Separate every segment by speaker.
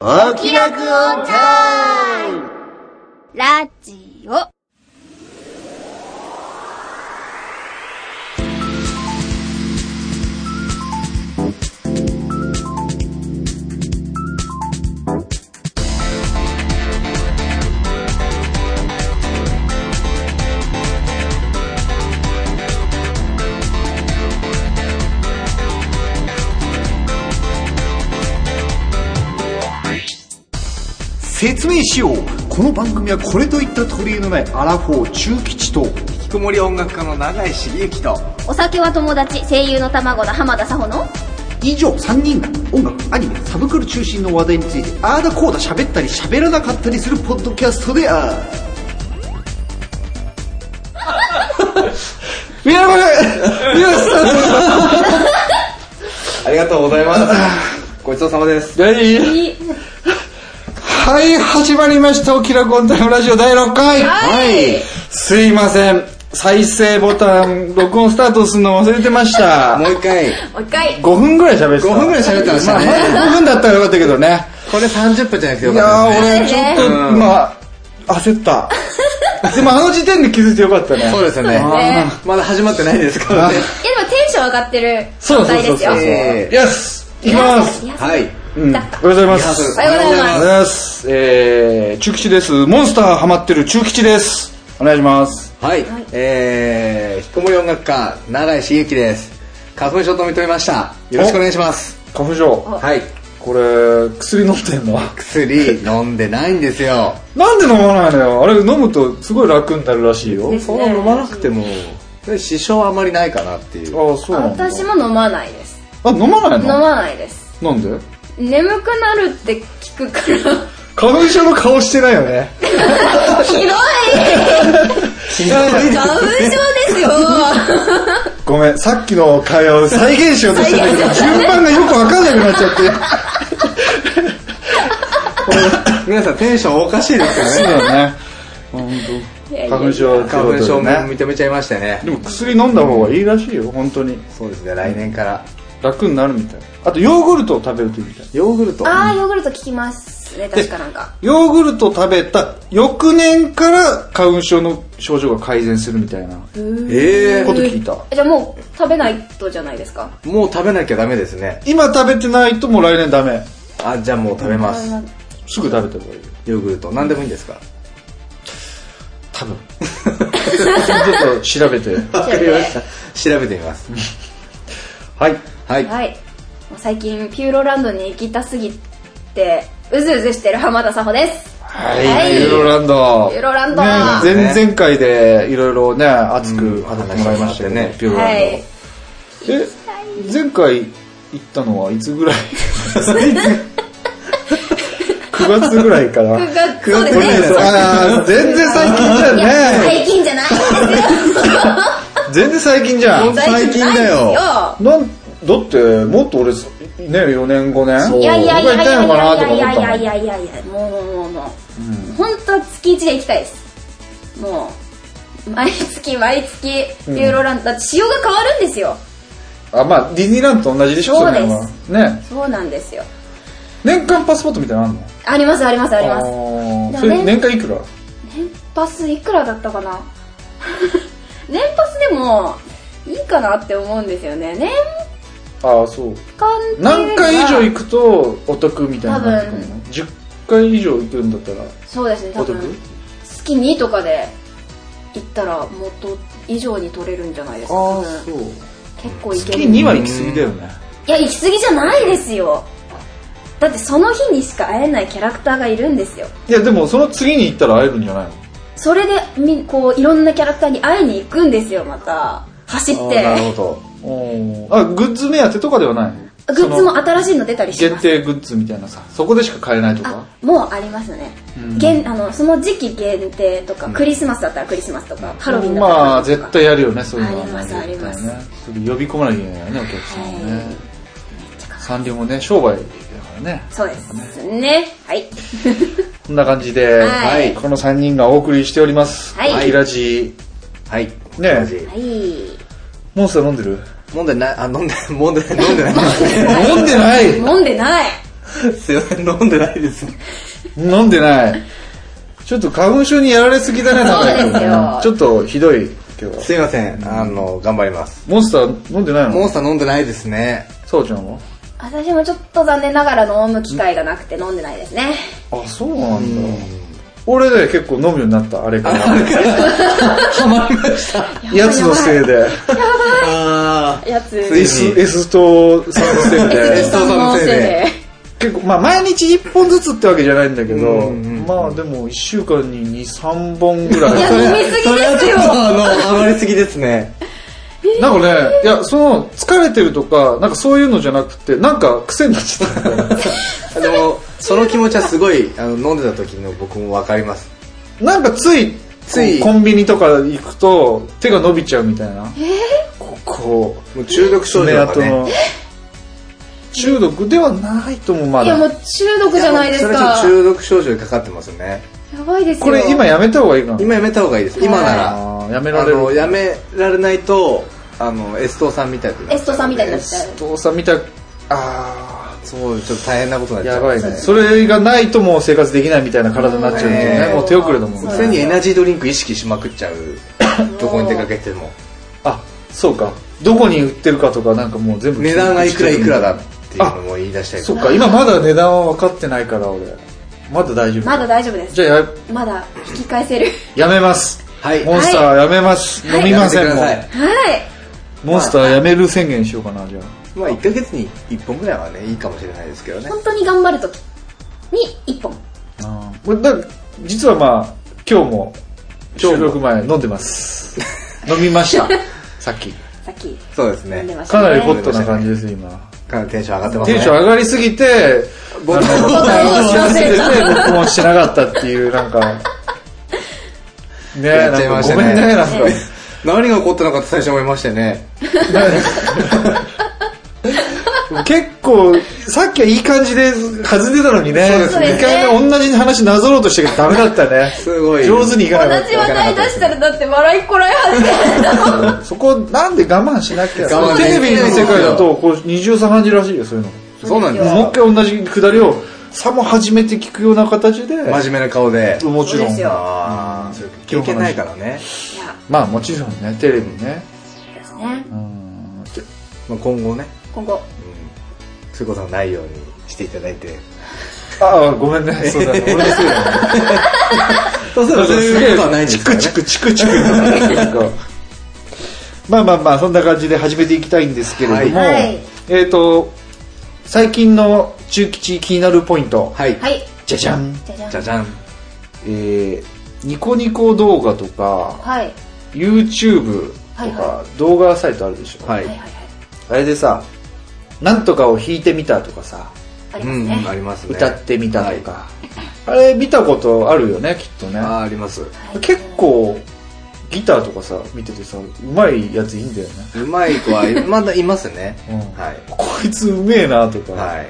Speaker 1: お気楽オンタイム
Speaker 2: ラジオ。
Speaker 3: 説明しようこの番組はこれといった取り柄のないアラフォー中吉と
Speaker 4: 引きこもり音楽家の永井茂之と
Speaker 2: お酒は友達、声優の卵だ浜田さほの。
Speaker 3: 以上3人が音楽アニメサブクル中心の話題についてああだこうだ喋ったり喋らなかったりするポッドキャストであるみんなこれみんなスタート
Speaker 4: ありがとうございます ごちそうさまです
Speaker 5: はい、始まりました、おきらこんたのラジオ第6回。はい。すいません。再生ボタン、録音スタートするの忘れてました。
Speaker 4: もう一回
Speaker 2: もう一回。
Speaker 5: 5分ぐらい喋ってた。
Speaker 4: 5分ぐらい喋ってましたね
Speaker 5: まあ、5分だったらよかったけどね。
Speaker 4: これ30分じゃなくてよ
Speaker 5: いや
Speaker 4: かった
Speaker 5: ー、
Speaker 4: ですね
Speaker 5: 俺ちょっと、
Speaker 4: うん
Speaker 5: まあ、焦った。でもあの時点で気づいてよかっ たね。
Speaker 4: そうですよね
Speaker 2: ね
Speaker 4: まだ始まってないですからね
Speaker 2: いやでもテンション上がってる
Speaker 5: そ
Speaker 2: 状
Speaker 5: うそう
Speaker 2: 態
Speaker 5: そ
Speaker 2: です
Speaker 5: うそ
Speaker 2: よ。
Speaker 5: う。
Speaker 2: おはよ
Speaker 4: え
Speaker 5: よし行きます
Speaker 4: はい
Speaker 5: うんおはようございます。
Speaker 2: うござい
Speaker 5: おはよう
Speaker 2: ま
Speaker 5: ございます。えー、中吉です。モンスターハマってる中吉です。お願いします。
Speaker 4: はいえー引きこもり音楽家永井茂之です花粉症と認めましたよろしくお願いします
Speaker 5: 花粉症
Speaker 4: はい
Speaker 5: これ薬飲んでんの
Speaker 4: 薬飲んでないんですよ
Speaker 5: なんで飲まないのよあれ飲むとすごい楽になるらしいよ
Speaker 2: です
Speaker 4: そん
Speaker 2: ね
Speaker 4: な飲まなくても支障はあまりないかなっていう
Speaker 5: ああそうなんだ
Speaker 2: 私も飲まないです。
Speaker 5: あ飲まない
Speaker 2: 飲
Speaker 5: の
Speaker 2: まないです。
Speaker 5: なんで
Speaker 2: 眠くなるって聞くから。
Speaker 5: 花粉症の顔してないよね
Speaker 2: ひどい 花粉症ですよ
Speaker 5: ごめんさっきの会話を再現しようとしてたけど順番がよくわかんなくなっちゃって
Speaker 4: 皆さんテンションおかしいですよ
Speaker 5: そ
Speaker 4: ね
Speaker 5: うだよね本当花粉症ってこ
Speaker 4: 花
Speaker 5: と
Speaker 4: 粉症
Speaker 5: で
Speaker 4: も
Speaker 5: ね
Speaker 4: 認めちゃいましたね
Speaker 5: でも薬飲んだ方がいいらしいよ本当に
Speaker 4: そうですね来年から
Speaker 5: 楽になるみたいあとヨーグルトを食べるといいみたい
Speaker 4: ヨーグルト
Speaker 2: あーヨーグルト効きますね確かなんか
Speaker 5: ヨーグルトを食べた翌年から花粉症の症状が改善するみたいな
Speaker 4: ええ
Speaker 5: こと聞いた
Speaker 2: じゃあもう食べないとじゃないですか
Speaker 4: もう食べなきゃダメですね
Speaker 5: 今食べてないともう来年ダメ
Speaker 4: あじゃあもう食べます
Speaker 5: すぐ食べた方がいいよ
Speaker 4: ヨーグルト何でもいいんですか
Speaker 5: 多分ちょっと調べて
Speaker 4: わかりました調べてみます
Speaker 5: はい
Speaker 4: はい
Speaker 2: はいもう最近ピューロランドに行きたすぎてうずうずしてる浜田さほです
Speaker 5: はい
Speaker 2: はい
Speaker 5: ユーロランド
Speaker 2: ユーロランド
Speaker 5: ね前々回でいろいろね熱く
Speaker 4: うん
Speaker 5: 語ってもらいましたよね
Speaker 4: 話
Speaker 5: ピューロラン
Speaker 2: は
Speaker 5: ド
Speaker 2: い
Speaker 5: え前回行ったのはいつぐ らい9月ぐらいかな
Speaker 2: 9月そうですね
Speaker 5: あー全然最近じゃん
Speaker 2: いや
Speaker 5: ね
Speaker 2: 最近じゃない
Speaker 5: 全然最近じゃん
Speaker 2: ですよ
Speaker 4: 最近だよ
Speaker 2: 最近
Speaker 5: なんだってもっと俺ね4年5年
Speaker 2: いやいやいやい
Speaker 5: 僕が行きたいのかなとか
Speaker 2: やい
Speaker 5: 思
Speaker 2: や
Speaker 5: っ
Speaker 2: いや
Speaker 5: たもん
Speaker 2: いやいやいやもうもうもうもう本当は月1で行きたいですもう毎月毎月ユーロランドだって仕様が変わるんですよ
Speaker 5: あまあディズニーランドと同じでしょ
Speaker 2: そうです
Speaker 5: れはね
Speaker 2: そうなんですよ
Speaker 5: 年間パスポートみたいなのあんの
Speaker 2: ありますありますありますだ
Speaker 5: あー
Speaker 2: か
Speaker 5: そ
Speaker 2: らね
Speaker 5: れ年間いくら
Speaker 2: 年パスいくらだったかな 年パスでもいいかなって思うんですよね年
Speaker 5: ああそ
Speaker 2: 間
Speaker 5: う
Speaker 2: っていう
Speaker 5: 何回以上行
Speaker 2: く
Speaker 5: くとお得みたいなのがあるの
Speaker 2: 多分
Speaker 5: 10回以上行くんだったら
Speaker 2: そうですね多
Speaker 5: お得
Speaker 2: 分月2とかで行ったらもっと以上に取れるんじゃないですか
Speaker 5: あ
Speaker 2: 多
Speaker 5: あ
Speaker 2: 分
Speaker 5: そう
Speaker 2: 結構いける
Speaker 5: 月には行き過ぎだよね
Speaker 2: いや行き過ぎじゃないですよだってその日にしか会えないキャラクターがいるんですよ
Speaker 5: いやでもその次に行ったら会えるんじゃないの
Speaker 2: それでみこういろんなキャラクターに会いに行くんですよまた走っ
Speaker 4: あな
Speaker 2: て
Speaker 4: るほど
Speaker 5: おーあグッズ目当てとかではないの
Speaker 2: グッズも
Speaker 5: その
Speaker 2: 新しいの出たりし
Speaker 5: 限
Speaker 2: ます
Speaker 5: 定グッズみたいなさそこでしか買えないとか
Speaker 2: あもうありますね、限あのその時期限定とか、クリスマスだったらクリスマスとか、ハロウィンだったら
Speaker 5: まあ
Speaker 2: ハロウィンとか
Speaker 5: 絶対やるよねそういうのは
Speaker 2: あり
Speaker 5: ね
Speaker 2: ますあります
Speaker 5: 絶対ねすぐ呼び込まなきゃいけないよねお客さんをね、
Speaker 2: はい
Speaker 5: サンリオもね商売だからね
Speaker 2: そうですねはい
Speaker 5: こんな感じで、
Speaker 2: はい
Speaker 5: この3人がお送りしております
Speaker 2: はい
Speaker 5: アキラジ
Speaker 4: はい
Speaker 5: ね
Speaker 4: マジ
Speaker 2: はい
Speaker 5: モンスター飲んでる
Speaker 4: 飲んでないあ飲んで飲んでない飲んでない
Speaker 5: 飲んでない
Speaker 2: 飲んでない
Speaker 4: すいません、飲んでないです。
Speaker 5: 飲んでない。ちょっと花粉症にやられすぎだね、
Speaker 2: そうですよ
Speaker 5: 田中君ちょっとひどい、今日は。
Speaker 4: すいません、あの、頑張ります。
Speaker 5: モンスター飲んでない
Speaker 4: モン
Speaker 5: の
Speaker 4: スター飲んでないですね。
Speaker 5: さおちゃんは
Speaker 2: 私もちょっと残念ながら飲む機会がなくて飲んでないですね。
Speaker 5: あ、そうなんだ。俺ね、結構飲むようになった、あれから。
Speaker 4: ハマりました。
Speaker 5: やつのせいで、
Speaker 4: あ
Speaker 2: やつ。
Speaker 4: つい
Speaker 5: S, S と3のせい
Speaker 4: ー。
Speaker 5: で、
Speaker 4: ストさんのせいで。
Speaker 5: 結構、まあ毎日1本ずつってわけじゃないんだけど、
Speaker 4: うんうんうん
Speaker 5: まあでも1週間に2、3本ぐ
Speaker 2: いや、
Speaker 5: らい。
Speaker 2: 飲みすぎ
Speaker 4: それは
Speaker 2: です
Speaker 4: ちょ
Speaker 2: よ
Speaker 4: っ。と、あの、ハマりすぎですね。
Speaker 5: なんかね、いや、その、疲れてるとか、なんかそういうのじゃなくて、なんか癖になっちゃった んだよね。
Speaker 4: あの、その気持ちはす ごい、あの、飲んでた時の僕もわかります。
Speaker 5: なんかつい、
Speaker 4: つい
Speaker 5: こうコンビニとか行くと、手が伸びちゃうみたいな。ここう、
Speaker 4: もう中毒症
Speaker 5: 爪
Speaker 4: 状が
Speaker 5: 痕
Speaker 4: ね。
Speaker 5: の。中毒ではないともま
Speaker 2: いや、も
Speaker 5: だ。
Speaker 2: う中毒じゃないです
Speaker 4: それちょっと
Speaker 2: か。
Speaker 4: 中毒症状にかかってますよね。
Speaker 2: やばいですよ。
Speaker 5: これ今やめた方がいいかな。
Speaker 4: 今やめた方がいいです。今なら。
Speaker 5: あーやめら
Speaker 4: あ
Speaker 5: れる。
Speaker 4: の、やめられないと、あの、エストーさんみたいになっちゃう
Speaker 2: エストさんみたいになっちゃう。
Speaker 5: 父さん見た、あ
Speaker 4: そう、ちょっと大変なこと
Speaker 5: ー
Speaker 4: になっちゃ
Speaker 5: や
Speaker 4: う。
Speaker 5: ばいね。それがないともう生活できないみたいな体になっちゃうとね、
Speaker 4: うん
Speaker 5: もう手遅れだもん
Speaker 2: そう
Speaker 4: 常
Speaker 5: ね。
Speaker 4: にエナジードリンク意識しまくっちゃ うどこに出かけても
Speaker 5: あ、そうか。どこに売ってるかとかなんかもう全部。
Speaker 4: 値段がいくらいくらだっていうのも言い出したり
Speaker 5: そ
Speaker 4: と
Speaker 5: っ
Speaker 4: か
Speaker 5: か、今まだ値段は分かってないから俺。まだ大丈夫。
Speaker 2: まだ大丈夫です。
Speaker 5: じゃあや、
Speaker 2: まだ引き返せる。
Speaker 5: やめます。
Speaker 4: はい
Speaker 5: モンスターやめます。飲みません
Speaker 4: やめてくださ
Speaker 5: もん
Speaker 4: い。
Speaker 2: はい。
Speaker 5: モンスターやめる宣言しようかな、じゃあ。
Speaker 4: まあ1ヶ月に1本ぐらいはねいいかもしれないですけどね
Speaker 2: 本当に頑張るときに一本。
Speaker 5: あーこれだ実はまあ、今日も
Speaker 4: 今日も
Speaker 5: 収録前飲んでます。飲みました。さっき。
Speaker 2: さっき
Speaker 4: そうです
Speaker 2: 飲んで
Speaker 4: ね
Speaker 2: ました
Speaker 5: か
Speaker 2: ね。
Speaker 5: なりホットな感じです、今。
Speaker 4: かなりテンション上がってます
Speaker 5: テ
Speaker 4: ね
Speaker 5: ンション上がりすぎて、
Speaker 4: 僕も
Speaker 5: あの
Speaker 4: 僕
Speaker 2: もし忘れた
Speaker 5: 僕も 録音してなかったっていう、なんか、ねえ、
Speaker 4: やっちゃい
Speaker 5: なん
Speaker 4: ま
Speaker 5: か
Speaker 4: し
Speaker 5: ご
Speaker 4: た
Speaker 5: めん
Speaker 4: ね
Speaker 5: ね、なんか。
Speaker 4: 何が起こったのかって最初思いましたよね
Speaker 5: 結構、さっきはいい感じで外れてたのにね、
Speaker 4: そう
Speaker 2: ですね
Speaker 5: 一回ね、同じ話なぞろうとしてからダメだったね。
Speaker 4: すごい
Speaker 5: 上手にいかな
Speaker 2: 同
Speaker 5: か
Speaker 2: じ
Speaker 5: っ
Speaker 2: 話題出したらだって笑いこらえ始め
Speaker 5: た。そこ、なんで我慢しなきゃ。
Speaker 4: 我慢でき
Speaker 5: テ
Speaker 4: ない
Speaker 5: レビの世界だと、こう、二重さ感じらしいよ、そういうの。
Speaker 4: そうなんです
Speaker 5: もう一回同じくだりを、さも初めて聞くような形で、
Speaker 4: 真面目な顔で
Speaker 5: もち
Speaker 2: そう
Speaker 5: ろ
Speaker 2: です
Speaker 5: ん。
Speaker 2: よ
Speaker 4: ああ経験ないからね、
Speaker 2: いや、
Speaker 5: まあもちろんね、テレビね。
Speaker 2: ですね。
Speaker 5: うん。
Speaker 4: まあ、今後ね、
Speaker 2: 今後。
Speaker 4: うん、そういうことがないようにしていただいて
Speaker 5: ああ、ごめんね。そうだね。俺のせいだね。
Speaker 4: そうするとそういうことはないんで
Speaker 5: チ
Speaker 4: すから
Speaker 5: ク
Speaker 4: ね
Speaker 5: チクチクチク。なんかまあまあまあ、そんな感じで始めていきたいんですけれども、
Speaker 4: はい
Speaker 2: はい
Speaker 5: えっ、と、最近の中吉気になるポイント。
Speaker 4: はい
Speaker 2: はい。
Speaker 5: じゃじゃん。
Speaker 2: じゃじゃん
Speaker 4: じ。ゃじゃん
Speaker 5: えー、ニコニコ動画とか、
Speaker 2: はい。はい
Speaker 5: YouTube
Speaker 2: は
Speaker 5: と
Speaker 2: い
Speaker 5: か
Speaker 2: は、
Speaker 5: 動画サイトあるでしょ。
Speaker 4: はい
Speaker 2: はいはい。
Speaker 5: あれでさ、なんとかを弾いてみたとかさ、
Speaker 2: あり
Speaker 4: う
Speaker 2: ます
Speaker 4: ん、
Speaker 2: ね
Speaker 4: あ。りますね
Speaker 5: 歌ってみたとか、あれ見たことあるよねきっとね
Speaker 4: あーあります
Speaker 2: はい
Speaker 5: 結。構ギターとかさ見ててさうまいやついいんだよね、
Speaker 4: うまい子は まだいますね
Speaker 5: うん
Speaker 4: はい
Speaker 5: こいつうめえなとか、
Speaker 4: は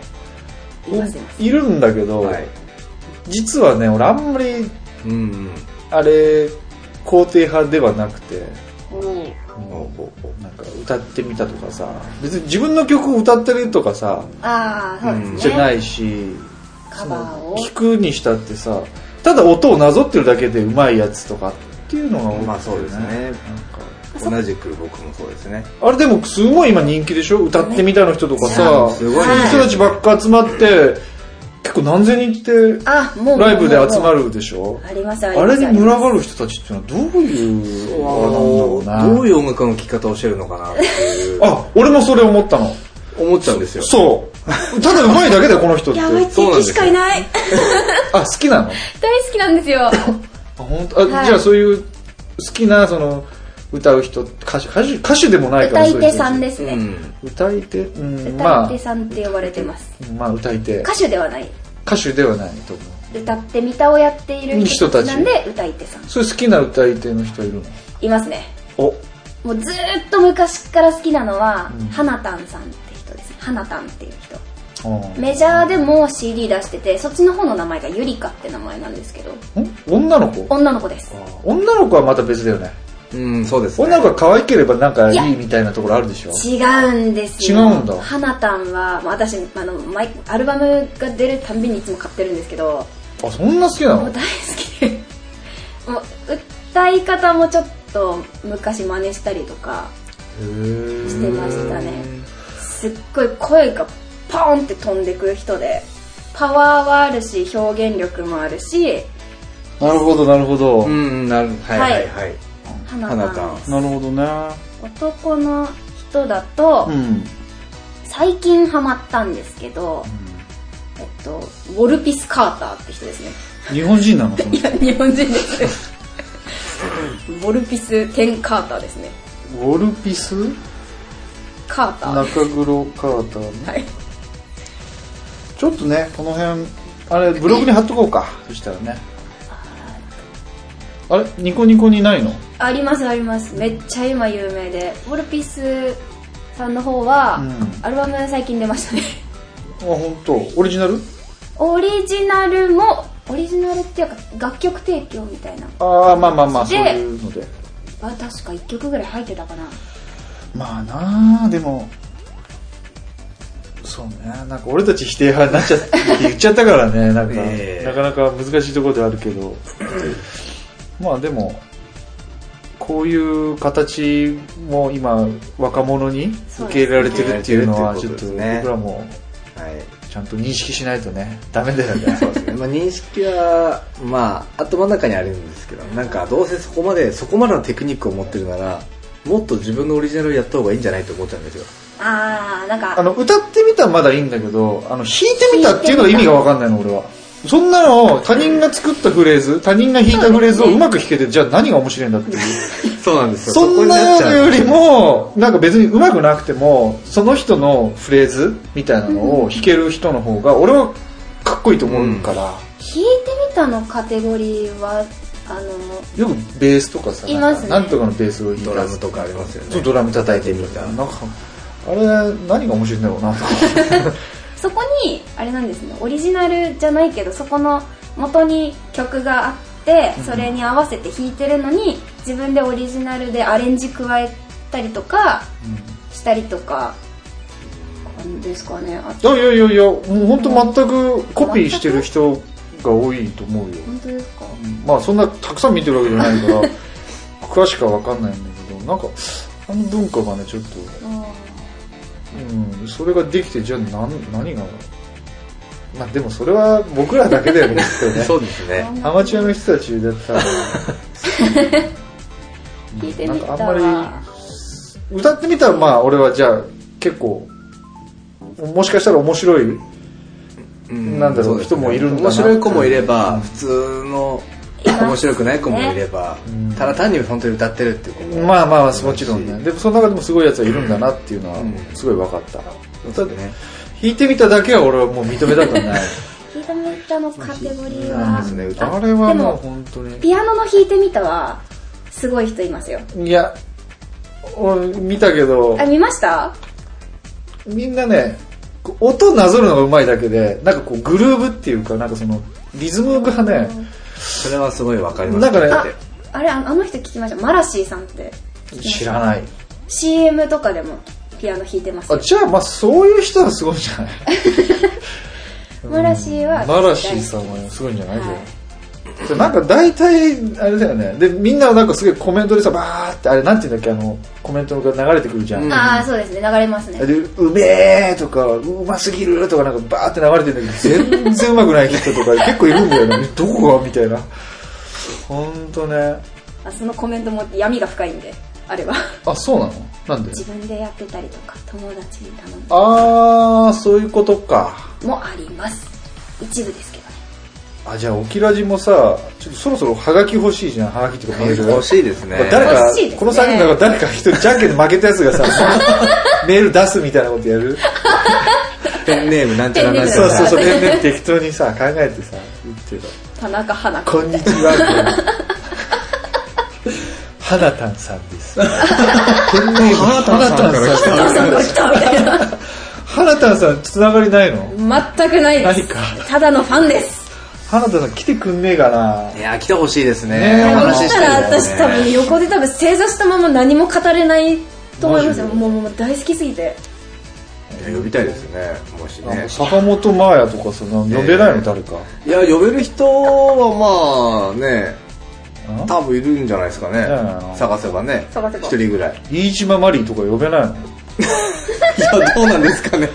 Speaker 4: い
Speaker 2: いますいます
Speaker 5: いるんだけど、
Speaker 4: はい
Speaker 5: 実はね俺あんまり
Speaker 4: うん
Speaker 5: あれ肯定派ではなくて
Speaker 2: うん
Speaker 5: もうこうなんか歌ってみたとかさ別に自分の曲を歌ってるとかさ
Speaker 2: ああ、そうですね。
Speaker 5: じゃないし、
Speaker 2: カバーを。
Speaker 5: 聞くにしたってさただ音をなぞってるだけでうまいやつとかっていうのが多いんだよ
Speaker 4: まあそうですね
Speaker 5: なんか
Speaker 4: 同じく僕もそうですね
Speaker 5: あれでもすごい今人気でしょ歌ってみたいな人とかさ
Speaker 4: すごいね
Speaker 5: 人たちばっか集まって結構何千人って
Speaker 2: あ、もう。
Speaker 5: ライブで集ま
Speaker 2: る。
Speaker 5: るでしょ
Speaker 2: ありますあり
Speaker 5: あ
Speaker 2: ます。
Speaker 5: れに群がる人たちっていうのはどういうあれなんだろうな
Speaker 4: どういう音楽の聴き方をしてるのかなっていう
Speaker 5: あ俺もそれ思ったの
Speaker 4: 思っちゃうんですよ
Speaker 5: そうただうまいだけだよこの人って
Speaker 2: やばい、
Speaker 4: そうなん
Speaker 2: 敵
Speaker 4: です
Speaker 2: し
Speaker 4: よ
Speaker 2: かいない。
Speaker 5: あ好きなのあ
Speaker 2: 大好きなんですよ。
Speaker 5: 本当あ、
Speaker 2: はい
Speaker 5: じゃあそういう好きなその歌う人歌手歌手歌手でもないから
Speaker 2: 歌い手さん
Speaker 5: で
Speaker 2: です
Speaker 4: う
Speaker 2: ね。
Speaker 4: ん
Speaker 5: 歌い手うんま
Speaker 2: 歌い手
Speaker 5: あ
Speaker 2: さんって呼ばれてます。
Speaker 5: まあ歌い手
Speaker 2: 歌手ではない。
Speaker 5: 歌手ではないと思う
Speaker 2: 歌ってみたをやっている人たちなんで歌い手さん
Speaker 5: それ好きな歌い手の人いるの
Speaker 2: いますね
Speaker 5: お
Speaker 2: もうずーっと昔から好きなのは、はなたんさんって人ですはなたんっていう人
Speaker 5: あ
Speaker 2: メジャーでも CD 出しててそっちの方の名前がゆりかって名前なんですけど
Speaker 5: ん女の子
Speaker 2: 女の子です
Speaker 5: 女の子はまた別だよね
Speaker 4: うん、そうです、ね。
Speaker 5: 女の子が可愛ければなんかい
Speaker 2: いや
Speaker 5: いみたいなところあるでしょ
Speaker 2: 違うんですよ
Speaker 5: 違うんだ
Speaker 2: はなたんはまあ私あの毎アルバムが出るたんびにいつも買ってるんですけど
Speaker 5: あ、そんな好きな
Speaker 2: もう
Speaker 5: の
Speaker 2: 大好きで もう歌い方もちょっと昔真似したりとかしてましたねすっごい声がポーンって飛んでくる人でパワーはあるし表現力もあるし
Speaker 5: なるほど、なるほど
Speaker 4: う。ん、なる、はい
Speaker 2: は
Speaker 4: はいいはい。
Speaker 2: はな
Speaker 4: はな
Speaker 2: た
Speaker 4: た
Speaker 2: ん
Speaker 4: ん
Speaker 2: です
Speaker 5: なるほどね。
Speaker 2: 男の人だと、
Speaker 5: うん。
Speaker 2: 最近ハマったんですけど、えっとウォルピス・カーターって人ですね
Speaker 5: 日本人なのその
Speaker 2: いや日本人ですウォルピス・テン・カーターですね
Speaker 5: ウォルピス
Speaker 2: カーター
Speaker 5: 中黒カーターね。
Speaker 2: はい
Speaker 5: ちょっとね、この辺、あれ、ブログに貼っとこうか。そしたらね。あれニコニコにないの
Speaker 2: ありますありますめっちゃ今有名でウォルピスさんの方は、
Speaker 5: うん
Speaker 2: アルバム最近出ましたね
Speaker 5: あ、本当。オリジナル
Speaker 2: オリジナルもオリジナルっていうか楽曲提供みたいな
Speaker 5: ああ、まあまあまあ、
Speaker 2: で
Speaker 5: そういうので。
Speaker 2: あ確か1曲ぐらい入ってたかな
Speaker 5: まあなあ、でも、そうね、なんか俺たち否定派になっちゃって言っちゃったから ね、なんか、
Speaker 4: ええ
Speaker 5: なかなか難しいところではあるけど、まあでも、こういう形も今、若者に受け入れられてるっていうのは、ち
Speaker 4: そう
Speaker 5: ょっ
Speaker 4: で
Speaker 5: と
Speaker 4: すね
Speaker 5: 僕らも
Speaker 4: はい。
Speaker 5: ちゃんと認識しないとね、ダメだよね。
Speaker 4: そうですね。まあ認識は、まあ、頭の中にあるんですけど、なんかどうせそこまで、そこまでのテクニックを持ってるなら、もっと自分のオリジナルをやった方がいいんじゃないと思っちゃうんですよ。
Speaker 2: あーなん
Speaker 5: あ
Speaker 2: か
Speaker 5: の、歌ってみたらまだいいんだけど、あの、弾いてみたっていうのが意味がわかんないの、俺は。そんなの、他人が作ったフレーズ、他人が弾いたフレーズをうまく弾けて、じゃあ何が面白いんだっていう。
Speaker 4: そうなんですよ。
Speaker 5: そんな
Speaker 4: こに
Speaker 5: よ
Speaker 4: なっちゃう
Speaker 5: りも、なんか別にうまくなくても、その人のフレーズみたいなのを弾ける人の方が、俺はかっこいいと思うから、
Speaker 2: 弾いてみたのカテゴリーはあの
Speaker 5: よくベースとかさ、
Speaker 2: い
Speaker 5: なん
Speaker 2: ま
Speaker 5: か
Speaker 2: すね
Speaker 5: なんとかのベースを弾いた
Speaker 4: ドラムとかありますよね。
Speaker 5: そうドラム叩いてみたいな。なんか、あれ、何が面白いんだろう な、とか。
Speaker 2: そこにあれなんですねオリジナルじゃないけどそこの元に曲があってそれに合わせて弾いてるのに自分でオリジナルでアレンジ加えたりとかしたりとか、なんですかねあ
Speaker 5: いやいやいやいや、もう本当全くコピーしてる人が多いと思うよ。
Speaker 2: 本当ですか
Speaker 5: まあそんなたくさん見てるわけじゃないから、詳しくはわかんないんだけど、なんか、あの文化がね、ちょっと、うん、それができて、じゃあ何、何が、まあでもそれは僕らだけだよね、きっと ね。
Speaker 4: そうですね。
Speaker 5: アマチュアの人たちだったら、
Speaker 2: 弾いて
Speaker 5: な
Speaker 2: み
Speaker 5: ん
Speaker 2: た
Speaker 5: かあ
Speaker 2: わ
Speaker 5: んまり、歌ってみたらまあ俺はじゃあ結構、もしかしたら面白いな
Speaker 4: そ
Speaker 5: んだろう
Speaker 4: ですね
Speaker 5: 人もいるんだな
Speaker 4: 面白い子もいれば普通の面白くない子もいれば、ただ単に本当に歌ってるっていう子も
Speaker 5: まあまあもちろんねでもその中でもすごいやつはいるんだなっていうのは
Speaker 4: ん
Speaker 5: すごい分かった、ただ
Speaker 4: ね
Speaker 5: 弾いてみただけは俺はもう認め たくない
Speaker 2: 弾いてみたのカテゴリー
Speaker 4: なんです
Speaker 2: は
Speaker 4: ね歌
Speaker 5: あれは
Speaker 2: で
Speaker 5: もう
Speaker 2: も
Speaker 5: 本当に
Speaker 2: ピアノの弾いてみたはすごい人いますよ
Speaker 5: いや俺見たけど
Speaker 2: あ見ました
Speaker 5: みんなねこう音なぞるのがうまいだけでなんかこうグルーブっていうかなんかそのリズムがね
Speaker 4: それはすごいわかります
Speaker 5: なんか
Speaker 2: あ
Speaker 5: ね
Speaker 2: あれああの人聞きましたマラシーさんって
Speaker 5: 知らない
Speaker 2: CM とかでもピアノ弾いてますよ
Speaker 5: あじゃあまあそういう人はすごいんじ ゃない
Speaker 2: マラシーは
Speaker 5: マラシーさんはねすごいんじゃないこれそれなんか大体あれだよねでみんななんかすごいコメントでさバーってあれなんて言うんだっけあのコメントが流れてくるじゃん、
Speaker 4: うん
Speaker 2: ああそうですね流れますね
Speaker 5: でうめえとかうますぎるとかなんかバーって流れてるんだけど全然うまくない人とか結構いるんだよね どこがみたいなほんとね
Speaker 2: あそのコメントも闇が深いんであれは
Speaker 5: あそうなのなんで
Speaker 2: 自分でやってたりとか友達に頼んだ
Speaker 5: ああそういうことか
Speaker 2: もあります一部ですけどね
Speaker 5: あじゃあオキラジもさちょっとそろそろハガキ欲しいじゃんハガキとかメール
Speaker 4: 欲しいですね
Speaker 5: 誰か、
Speaker 2: 欲しいですね
Speaker 5: この3人だから誰か一人じゃんけんで負けたやつがさ メール出すみたいなことやる
Speaker 4: ペンネームなんちゃらなんちゃ
Speaker 5: そう
Speaker 4: ら
Speaker 5: そう そう全然適当にさ考えてさ言ってる
Speaker 2: 田中花子
Speaker 5: こんにちははなたんさんです
Speaker 4: ペンネームはなたんから来た
Speaker 5: はなたんさんつながりないの
Speaker 2: 全くないです
Speaker 5: ないか
Speaker 2: ただのファンです
Speaker 5: 花田さん来てくんねえかない
Speaker 4: やー来てほしいですね
Speaker 5: ねえ
Speaker 4: お
Speaker 2: 多分
Speaker 4: 話
Speaker 2: 来
Speaker 4: ししたた
Speaker 2: ら
Speaker 4: いで
Speaker 2: 私
Speaker 4: すね
Speaker 2: 多分横で多分正座したまま何も語れないと思いますよ
Speaker 5: マジで
Speaker 2: もうもう大好きすぎて
Speaker 4: いや呼びたいですよねもし
Speaker 5: なん
Speaker 4: ね
Speaker 5: か坂本真綾とかさなんか呼べないの誰か、
Speaker 4: いや呼べる人はまあね
Speaker 5: うん
Speaker 4: 多分いるんじゃないですかね
Speaker 5: うん
Speaker 4: 探せばね
Speaker 2: 探せば
Speaker 4: 一人ぐらい
Speaker 5: 飯島マリーとか呼べないの
Speaker 4: いやどうなんですか ね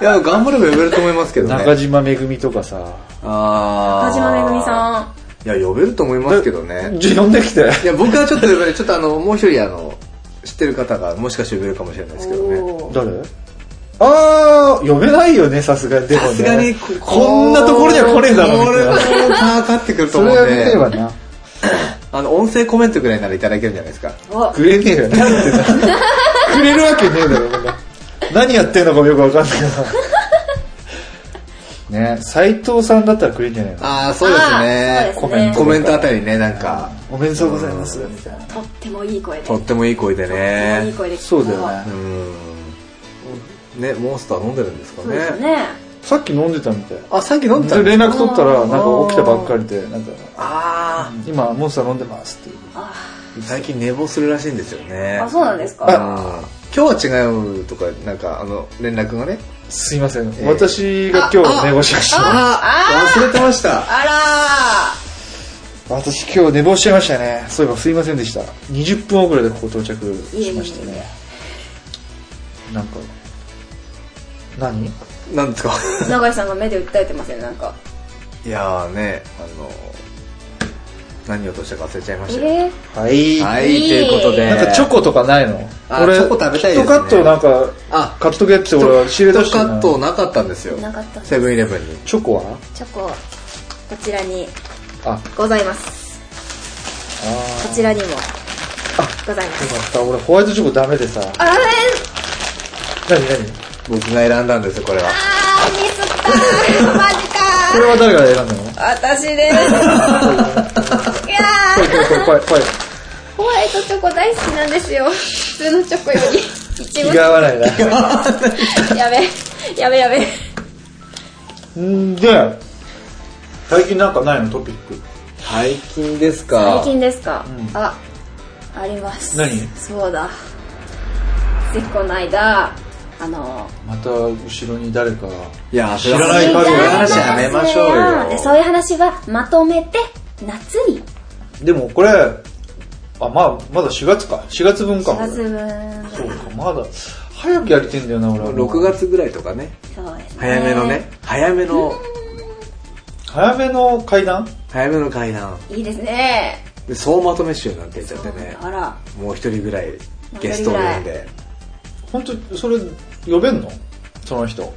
Speaker 4: いや頑張れば呼べると思いますけどね
Speaker 5: 中島めぐみとかさ
Speaker 4: あ
Speaker 2: 中島めぐみ
Speaker 4: ん
Speaker 2: さ
Speaker 4: いや、呼べると思いますけどね。
Speaker 5: じゃあ呼んできて
Speaker 4: いや、僕はちょっと呼べる、ちょっとあの、もう一人あの、知ってる方がもしかして呼べるかもしれないです
Speaker 2: ん
Speaker 4: けどね。
Speaker 2: おー
Speaker 5: 誰ああ呼べないよねさすがにでもね
Speaker 4: さすがに、
Speaker 5: こんなところには来ねえだろ
Speaker 4: こ
Speaker 5: み
Speaker 4: れ
Speaker 5: たいな
Speaker 4: もかかってくると
Speaker 5: そ
Speaker 4: 思
Speaker 5: れ
Speaker 4: う
Speaker 5: は
Speaker 4: ん
Speaker 5: 見れ
Speaker 4: で
Speaker 5: ば、な
Speaker 4: あの、音声コメントぐらいならいただけるんじゃないですか。
Speaker 5: くれねえよなんでだくれるわけねえだろこんな何やってんのかもよくわかんないけどね斎藤さんだったらくれんじゃないの
Speaker 4: ああ、そうです
Speaker 2: あ
Speaker 4: ね
Speaker 2: ー。
Speaker 5: コメン
Speaker 4: コメントあたりね、なんか、
Speaker 5: おめでとうございますみたいな
Speaker 2: とってもいい声で
Speaker 4: とってもいい声で
Speaker 2: い
Speaker 4: ね
Speaker 2: い。声で
Speaker 5: そうだよ
Speaker 4: う
Speaker 5: ね
Speaker 4: ん。ね、モンスター飲んでるんですか
Speaker 2: そうです
Speaker 4: ね。
Speaker 2: ね
Speaker 5: さっき飲んでたみたい
Speaker 4: あ、さっき飲んでた
Speaker 5: で
Speaker 4: んです
Speaker 5: 連
Speaker 4: か
Speaker 5: 絡取ったらなんか起きたばっかりでなんか
Speaker 4: あ
Speaker 5: 今モンスター飲んでますっていう
Speaker 4: あ、最近寝坊するらしいんですよね。
Speaker 2: あそうなんですか
Speaker 4: あ今日は違うとか、なんか、あの、連絡がね。
Speaker 5: すいません、
Speaker 4: ー
Speaker 5: 私が今日寝坊しました
Speaker 4: あ忘れてました。
Speaker 2: あ
Speaker 5: 私今日寝坊しちゃいましたねそういえばすいませんでした20分遅れでここ到着しまして
Speaker 2: いえいえい
Speaker 5: ねなんか何
Speaker 4: なんですか
Speaker 2: ら永井さんが目で訴えてますよなんか
Speaker 4: いやーね、あの、何をとしたか忘れちゃいましたよ。
Speaker 2: えー
Speaker 5: はい、
Speaker 4: はい、
Speaker 2: いい
Speaker 4: ということで。
Speaker 5: なんかチョコとかないの
Speaker 4: あチョコ食べたいですね
Speaker 5: キットカットなんか
Speaker 4: あ
Speaker 5: 買っとけって俺は仕入れ出して
Speaker 4: カ
Speaker 5: る
Speaker 4: ットなかったんですよ。
Speaker 2: なかった
Speaker 4: セブンイレブンに。
Speaker 5: チョコは
Speaker 2: チョコこちらに
Speaker 5: あ
Speaker 2: ございます
Speaker 5: あ
Speaker 2: こちらにもございま
Speaker 5: ーよ
Speaker 2: す
Speaker 5: かった俺ホワイトチョコダメでさ
Speaker 2: あー
Speaker 5: 何何
Speaker 4: 僕が選んだんですよ、これは。
Speaker 2: あーミスった ーマジ
Speaker 5: こ
Speaker 2: か
Speaker 5: れは誰が選んだの
Speaker 2: ー私 ですいや
Speaker 5: これ
Speaker 2: ー
Speaker 5: これこれこれこ
Speaker 2: ホワイトチョコ大好きなんですよ普通のチョコより一
Speaker 5: れ
Speaker 2: 番
Speaker 5: 気が合わないな
Speaker 2: やべやべやべ
Speaker 5: んで最近なんかないのトピック
Speaker 4: 最近です
Speaker 2: 最
Speaker 4: か。
Speaker 2: 近ですか、
Speaker 5: ん
Speaker 2: ああります
Speaker 5: 何
Speaker 2: そうだついこの間あの
Speaker 5: また後ろに誰か
Speaker 4: いや、知
Speaker 5: らない限り
Speaker 4: そういう話やめましょうよ。
Speaker 2: でそういう話はまとめて夏に
Speaker 5: でもこれあまあまだ4月か4月分か
Speaker 2: 4月
Speaker 5: これ
Speaker 2: 分
Speaker 5: そうかまだ早くやりてんだよな俺は
Speaker 4: 6月ぐらいとかね、
Speaker 2: そうですね
Speaker 4: 早めのね、早めの、
Speaker 5: 早めの会談
Speaker 4: 早めの会談。
Speaker 2: いいですね
Speaker 4: で総まとめ集なんて言っちゃってね。
Speaker 2: あら
Speaker 4: もう一人ぐらいゲストを呼んで
Speaker 5: 本当それ呼べんのその人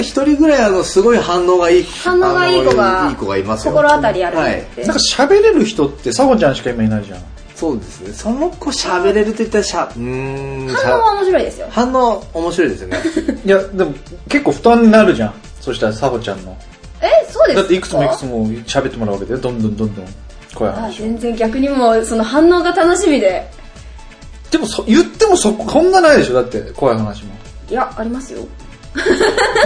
Speaker 4: 一人ぐらいあのすごい反応がいい
Speaker 2: 反応がいい子が
Speaker 4: あのいい子がいますよ
Speaker 2: 心当たりある
Speaker 4: はい
Speaker 2: って、
Speaker 5: なんか喋れる人ってサホちゃんしか今 いないじゃん
Speaker 4: そうですねその子喋れると言ったらしゃうーんしゃ
Speaker 2: 反応は面白いですよ
Speaker 4: 反応面白い ですよね
Speaker 5: いやでも結構負担になるじゃんそしたらサホちゃんの
Speaker 2: えそうです
Speaker 5: だっていくつもいくつも喋ってもらうわけでどんどんどんどん声
Speaker 2: あ
Speaker 5: 話を
Speaker 2: 全然逆にもうその反応が楽しみで
Speaker 5: でもそ言ってもそこんなないでしょだって怖い話も
Speaker 2: いやありますよ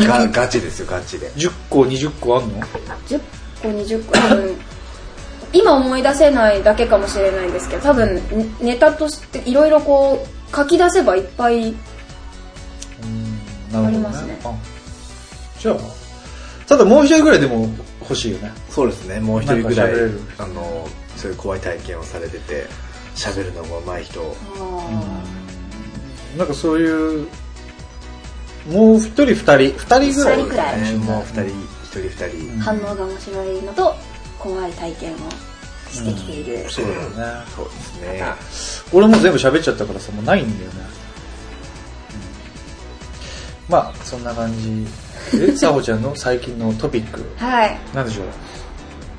Speaker 4: ガガチですよガチで
Speaker 5: 10個20個あんの
Speaker 2: 10個20個多分今思い出せないだけかもしれないんですけど多分ねネタとしていろいろこう書き出せばいっぱい
Speaker 5: なるほど
Speaker 2: ありますね
Speaker 5: あじゃあただもう一人ぐらいでも欲しいよね
Speaker 4: そうですねもう一人ぐらい
Speaker 5: なんか
Speaker 4: あのそういう怖い体験をされてて喋るのも上手い人
Speaker 5: なんかそういうもう一人二人二人ぐらい
Speaker 2: 二人くらい
Speaker 4: ねもう二人一人二人、
Speaker 2: 反応が面白いのと怖い体験をしてきている、
Speaker 5: そうだね
Speaker 4: そうですね
Speaker 5: 俺もう全部喋っちゃったからさもうないんだよね、うんまあそんな感じ でサホちゃんの最近のトピック
Speaker 2: はい
Speaker 5: なんでしょう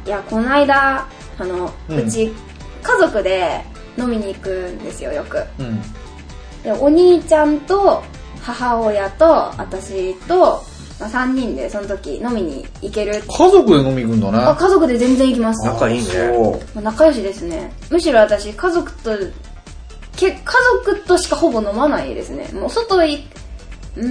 Speaker 2: いやこの間あの、
Speaker 5: う
Speaker 2: うんち家族で飲みに行くんですよよく
Speaker 5: うん
Speaker 2: でお兄ちゃんと母親と私と、まあ、3人でその時飲みに行ける
Speaker 5: 家族で飲み行くん
Speaker 2: あ
Speaker 5: だね
Speaker 2: 家族で全然行きます
Speaker 4: 仲いいね
Speaker 5: そう
Speaker 2: まあ仲良しですねむしろ私家族とけ家族としかほぼ飲まないですねもう外い、うん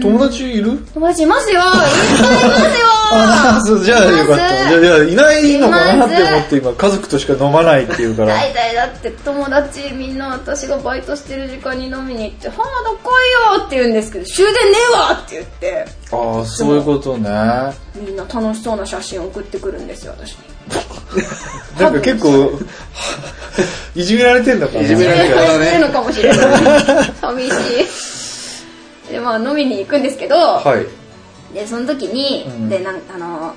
Speaker 5: 友達いる
Speaker 2: 友達いますよいっぱいいますよ
Speaker 5: あそうじゃあよかった。いやいや、いないのかな
Speaker 2: ま
Speaker 5: っ
Speaker 2: ず
Speaker 5: て思って今、家族としか飲まないっていうから。
Speaker 2: 大体だって友達みんな私がバイトしてる時間に飲みに行って「はあどこいよ」って言うんですけど「終電ねえわ!」って言って
Speaker 5: ああ、そういうことね。なん
Speaker 2: みんな楽しそうな写真送ってくるんですよ私に
Speaker 5: か結 構、いじめられてんだから。
Speaker 4: いじめられ
Speaker 2: れ
Speaker 4: てるから
Speaker 2: て
Speaker 4: ね
Speaker 2: るのかもしれない 寂しいでまあ飲みに行くんですけど、
Speaker 5: はい。
Speaker 2: でその時に、
Speaker 5: うん
Speaker 2: でなんあの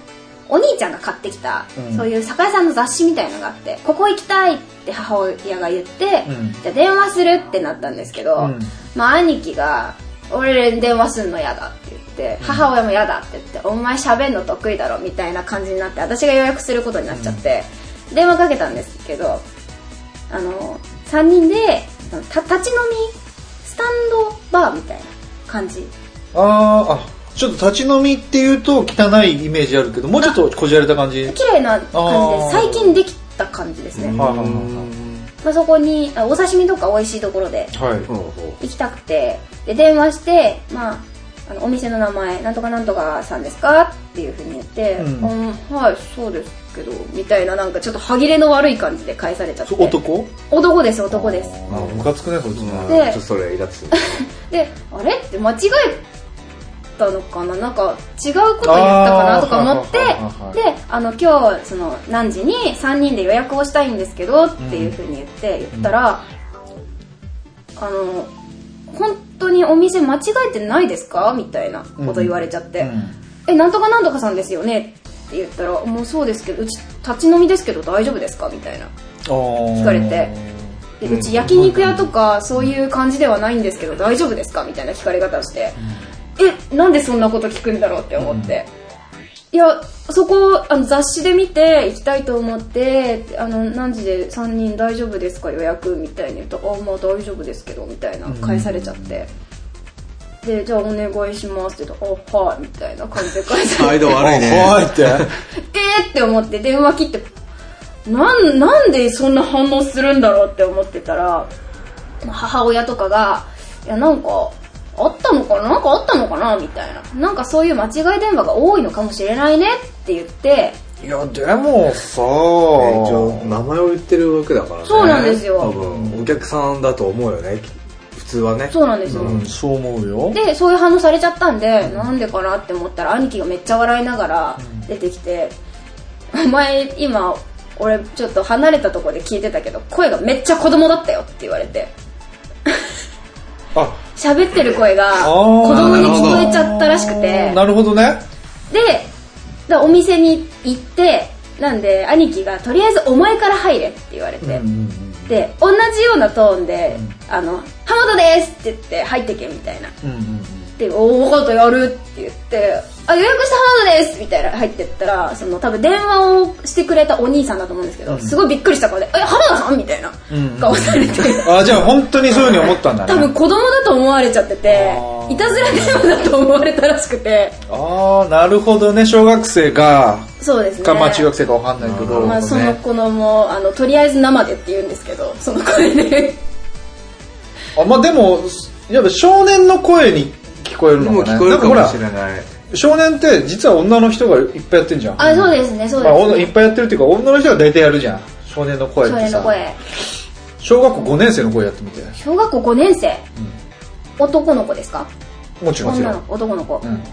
Speaker 2: お兄ちゃんが買ってきた、
Speaker 5: うん
Speaker 2: そういう酒屋さんの雑誌みたいのがあってここ行きたいって母親が言って、
Speaker 5: うん
Speaker 2: じゃあ電話するってなったんですけど、
Speaker 5: うん
Speaker 2: まあ兄貴が「俺電話すんの嫌だ」って言って、母親も嫌だって言って「お前喋んの得意だろ」みたいな感じになって私が予約することになっちゃって、電話かけたんですけどあの3人でた立ち飲みスタンドバーみたいな感じ
Speaker 5: あーあ、ちょっと立ち飲みっていうと汚いイメージあるけど、もうちょっとこじられた感じ。はい
Speaker 2: 綺麗な感じ
Speaker 5: あー
Speaker 2: で最近できた感じですね、ま
Speaker 5: はいは
Speaker 2: あ、そこにあお刺身とか美味しいところで
Speaker 5: いはい。はい。
Speaker 2: 行きたくてで電話して、まあ、あのお店の名前なんとかなんとかさんですかっていうふうに言って、
Speaker 5: うん
Speaker 2: うんはいそうですけどみたいななんかちょっと歯切れの悪い感じで返されちゃって
Speaker 5: そう男
Speaker 2: 男です男です
Speaker 5: あームカつくね、そいつ
Speaker 4: うん
Speaker 5: ね。
Speaker 4: ちょっとそれイラつくね
Speaker 2: であれって間違えたのかななんか違うこと言ったかなとか思って
Speaker 5: あーはいはいはいはい
Speaker 2: であの今日その何時に3人で予約をしたいんですけどっていうふうに言って言ったら、あの本当にお店間違えてないですかみたいなこと言われちゃって、
Speaker 5: うん
Speaker 2: えなんとかなんとかさんですよねって言ったらもうそうですけどうち立ち飲みですけど大丈夫ですかみたいな
Speaker 5: 聞
Speaker 2: 聞かれてでうち焼肉屋とかそういう感じではないんですけど大丈夫ですかみたいな聞かれ方をして、えなんでそんなこと聞くんだろうって思って、いやそこあの雑誌で見て行きたいと思ってあの何時で3人大丈夫ですか予約みたいに言うと「あまあ大丈夫ですけど」みたいな返されちゃって。で、じゃあお願いしますって言うと、あ、はい、みたいな感じで返されて
Speaker 4: 態度悪いね
Speaker 5: 怖いって。
Speaker 2: えーって思って電話切ってなんなんでそんな反応するんだろうって思ってたら母親とかが「いやなんかあったのかななんかあったのかな?」みたいな「なんかそういう間違い電話が多いのかもしれないね」って言って
Speaker 5: いや、でもさ、
Speaker 4: 一応名前を言ってるわけだからね
Speaker 2: そうなんですよ
Speaker 4: 多分お客さんだと思うよね普通はね
Speaker 2: そうなんですよ、
Speaker 5: うんそう思うよ。
Speaker 2: でそういう反応されちゃったんでなんでかなって思ったら兄貴がめっちゃ笑いながら出てきて「お前今俺ちょっと離れたとこで聞いてたけど声がめっちゃ子供だったよ」って言われて
Speaker 5: あ、
Speaker 2: 喋ってる声が
Speaker 5: あー
Speaker 2: 子供に聞こえちゃったらしくて
Speaker 5: なるほどね。
Speaker 2: でだお店に行ってなんで兄貴が「とりあえずお前から入れ」って言われて、で同じようなトーンで「あの浜田です!」って言って入ってけみたいな
Speaker 5: うんうんうん
Speaker 2: で「おお分かったやる」って言って「あ予約した浜田です!」みたいな入ってったらその多分電話をしてくれたお兄さんだと思うんですけど、すごいびっくりした顔で「え浜田さん?」みたいな顔されて。
Speaker 5: あ、じゃあ本当にそういうふうに思ったんだね。
Speaker 2: 多分子供だと思われちゃってて
Speaker 5: あー
Speaker 2: いたずら電話だと思われたらしくて
Speaker 5: ああ、なるほどね。小学生か、
Speaker 2: そうですね
Speaker 5: か、まあ中学生かわかんないけど。
Speaker 2: まあ、その
Speaker 5: ね
Speaker 2: 子のもあのとりあえず生でって言うんですけどその声で
Speaker 5: あ、まあでも、やっぱ少年の声に聞こえる
Speaker 4: で
Speaker 5: の
Speaker 4: も
Speaker 5: か
Speaker 4: 聞
Speaker 5: ね。
Speaker 4: こえ
Speaker 5: な
Speaker 4: る
Speaker 5: んか
Speaker 4: か
Speaker 5: ほ
Speaker 4: も
Speaker 5: ら
Speaker 4: し、れない
Speaker 5: 少年って実は女の人がいっぱいやってんじゃん。
Speaker 2: あそうですねそう
Speaker 5: まあ、女
Speaker 2: です
Speaker 5: いっ
Speaker 2: ね、
Speaker 5: ぱいやってるっていうか、女の人が大体やるじゃん。少年の声っ
Speaker 2: 少
Speaker 5: て
Speaker 2: 年の
Speaker 5: さ。
Speaker 2: 声
Speaker 5: 小学校5年生の声やってみて。
Speaker 2: 小学校5年生、男の子ですか
Speaker 5: もちろんもちろ
Speaker 2: 女
Speaker 5: ん。
Speaker 2: の子男の子、
Speaker 5: うん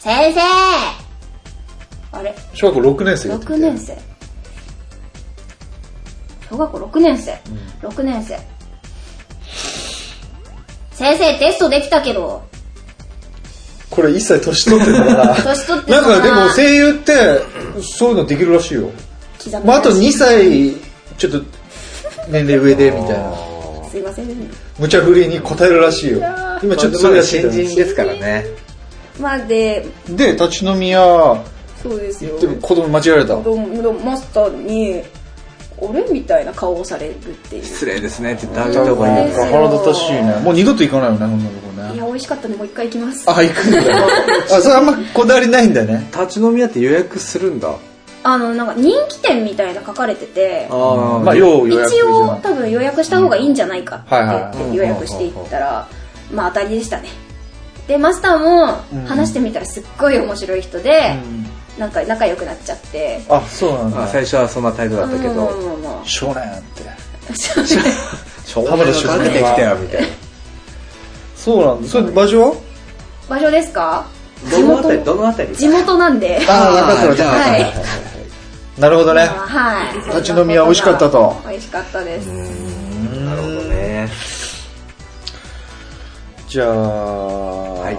Speaker 2: 先生あれ
Speaker 5: 小学校6年生やってみて
Speaker 2: 6年生小学校6年生、6年生先生テストできたけど
Speaker 5: これ一切年取ってたから
Speaker 2: 年取って
Speaker 5: な
Speaker 2: た
Speaker 5: ん
Speaker 2: な
Speaker 5: かでも声優ってそういうのできるらしいよ、
Speaker 2: 刻みます
Speaker 5: まあ、あと2歳ちょっと年齢上でみたいな
Speaker 2: すいません
Speaker 5: 無茶振りに答えるらしいよ今ちょっとそ
Speaker 4: ま
Speaker 5: れ
Speaker 4: だ
Speaker 5: が知
Speaker 4: 新
Speaker 5: りたい
Speaker 4: 人ですからね
Speaker 2: まあで
Speaker 5: で立ち飲み屋
Speaker 2: そうですよ
Speaker 5: でも子供間違えられ
Speaker 2: ど
Speaker 5: た
Speaker 2: どマスターに「俺?」みたいな顔をされるっていう
Speaker 4: 失礼ですねって言ってあげた方がいい
Speaker 2: ですよ
Speaker 5: 腹立たしいねもう二度と行かないよねそんなとこ
Speaker 2: い
Speaker 5: ね
Speaker 2: や美味しかったんでもう一回行きますあ
Speaker 5: あ行くんだ あそれあんまこだわりないんだね
Speaker 4: 立ち飲み屋って予約するんだ
Speaker 2: のなんか人気店みたいな書かれてて
Speaker 4: あ
Speaker 5: まあよう予約じ
Speaker 2: 一
Speaker 5: ゃ
Speaker 2: 応
Speaker 5: ん
Speaker 2: 多分予約した方がいいんじゃないかって
Speaker 5: はいはい
Speaker 2: 言って予約していったらまあ当たりでしたねでマスター
Speaker 5: うん
Speaker 2: も話してみたらすっごい面白い人で、なんか仲良くなっちゃって
Speaker 5: あそうなん
Speaker 4: まあ
Speaker 5: だ
Speaker 4: 最初はそんな態度だったけど、
Speaker 2: うんうんうんうん
Speaker 5: 少年って
Speaker 4: しょうがないから出てきたよみたいな。
Speaker 5: そうなんだそれ場所は
Speaker 2: 場所ですか
Speaker 4: どのあたりどのあたり
Speaker 2: 地元なんで
Speaker 5: ああ分かった分
Speaker 4: じゃあ、
Speaker 5: かっ
Speaker 2: はい
Speaker 5: たなるほどね
Speaker 2: はい
Speaker 5: 立ち飲みは美味しかったと
Speaker 2: 美味しかったです、
Speaker 4: なるほどね。
Speaker 5: じゃあ、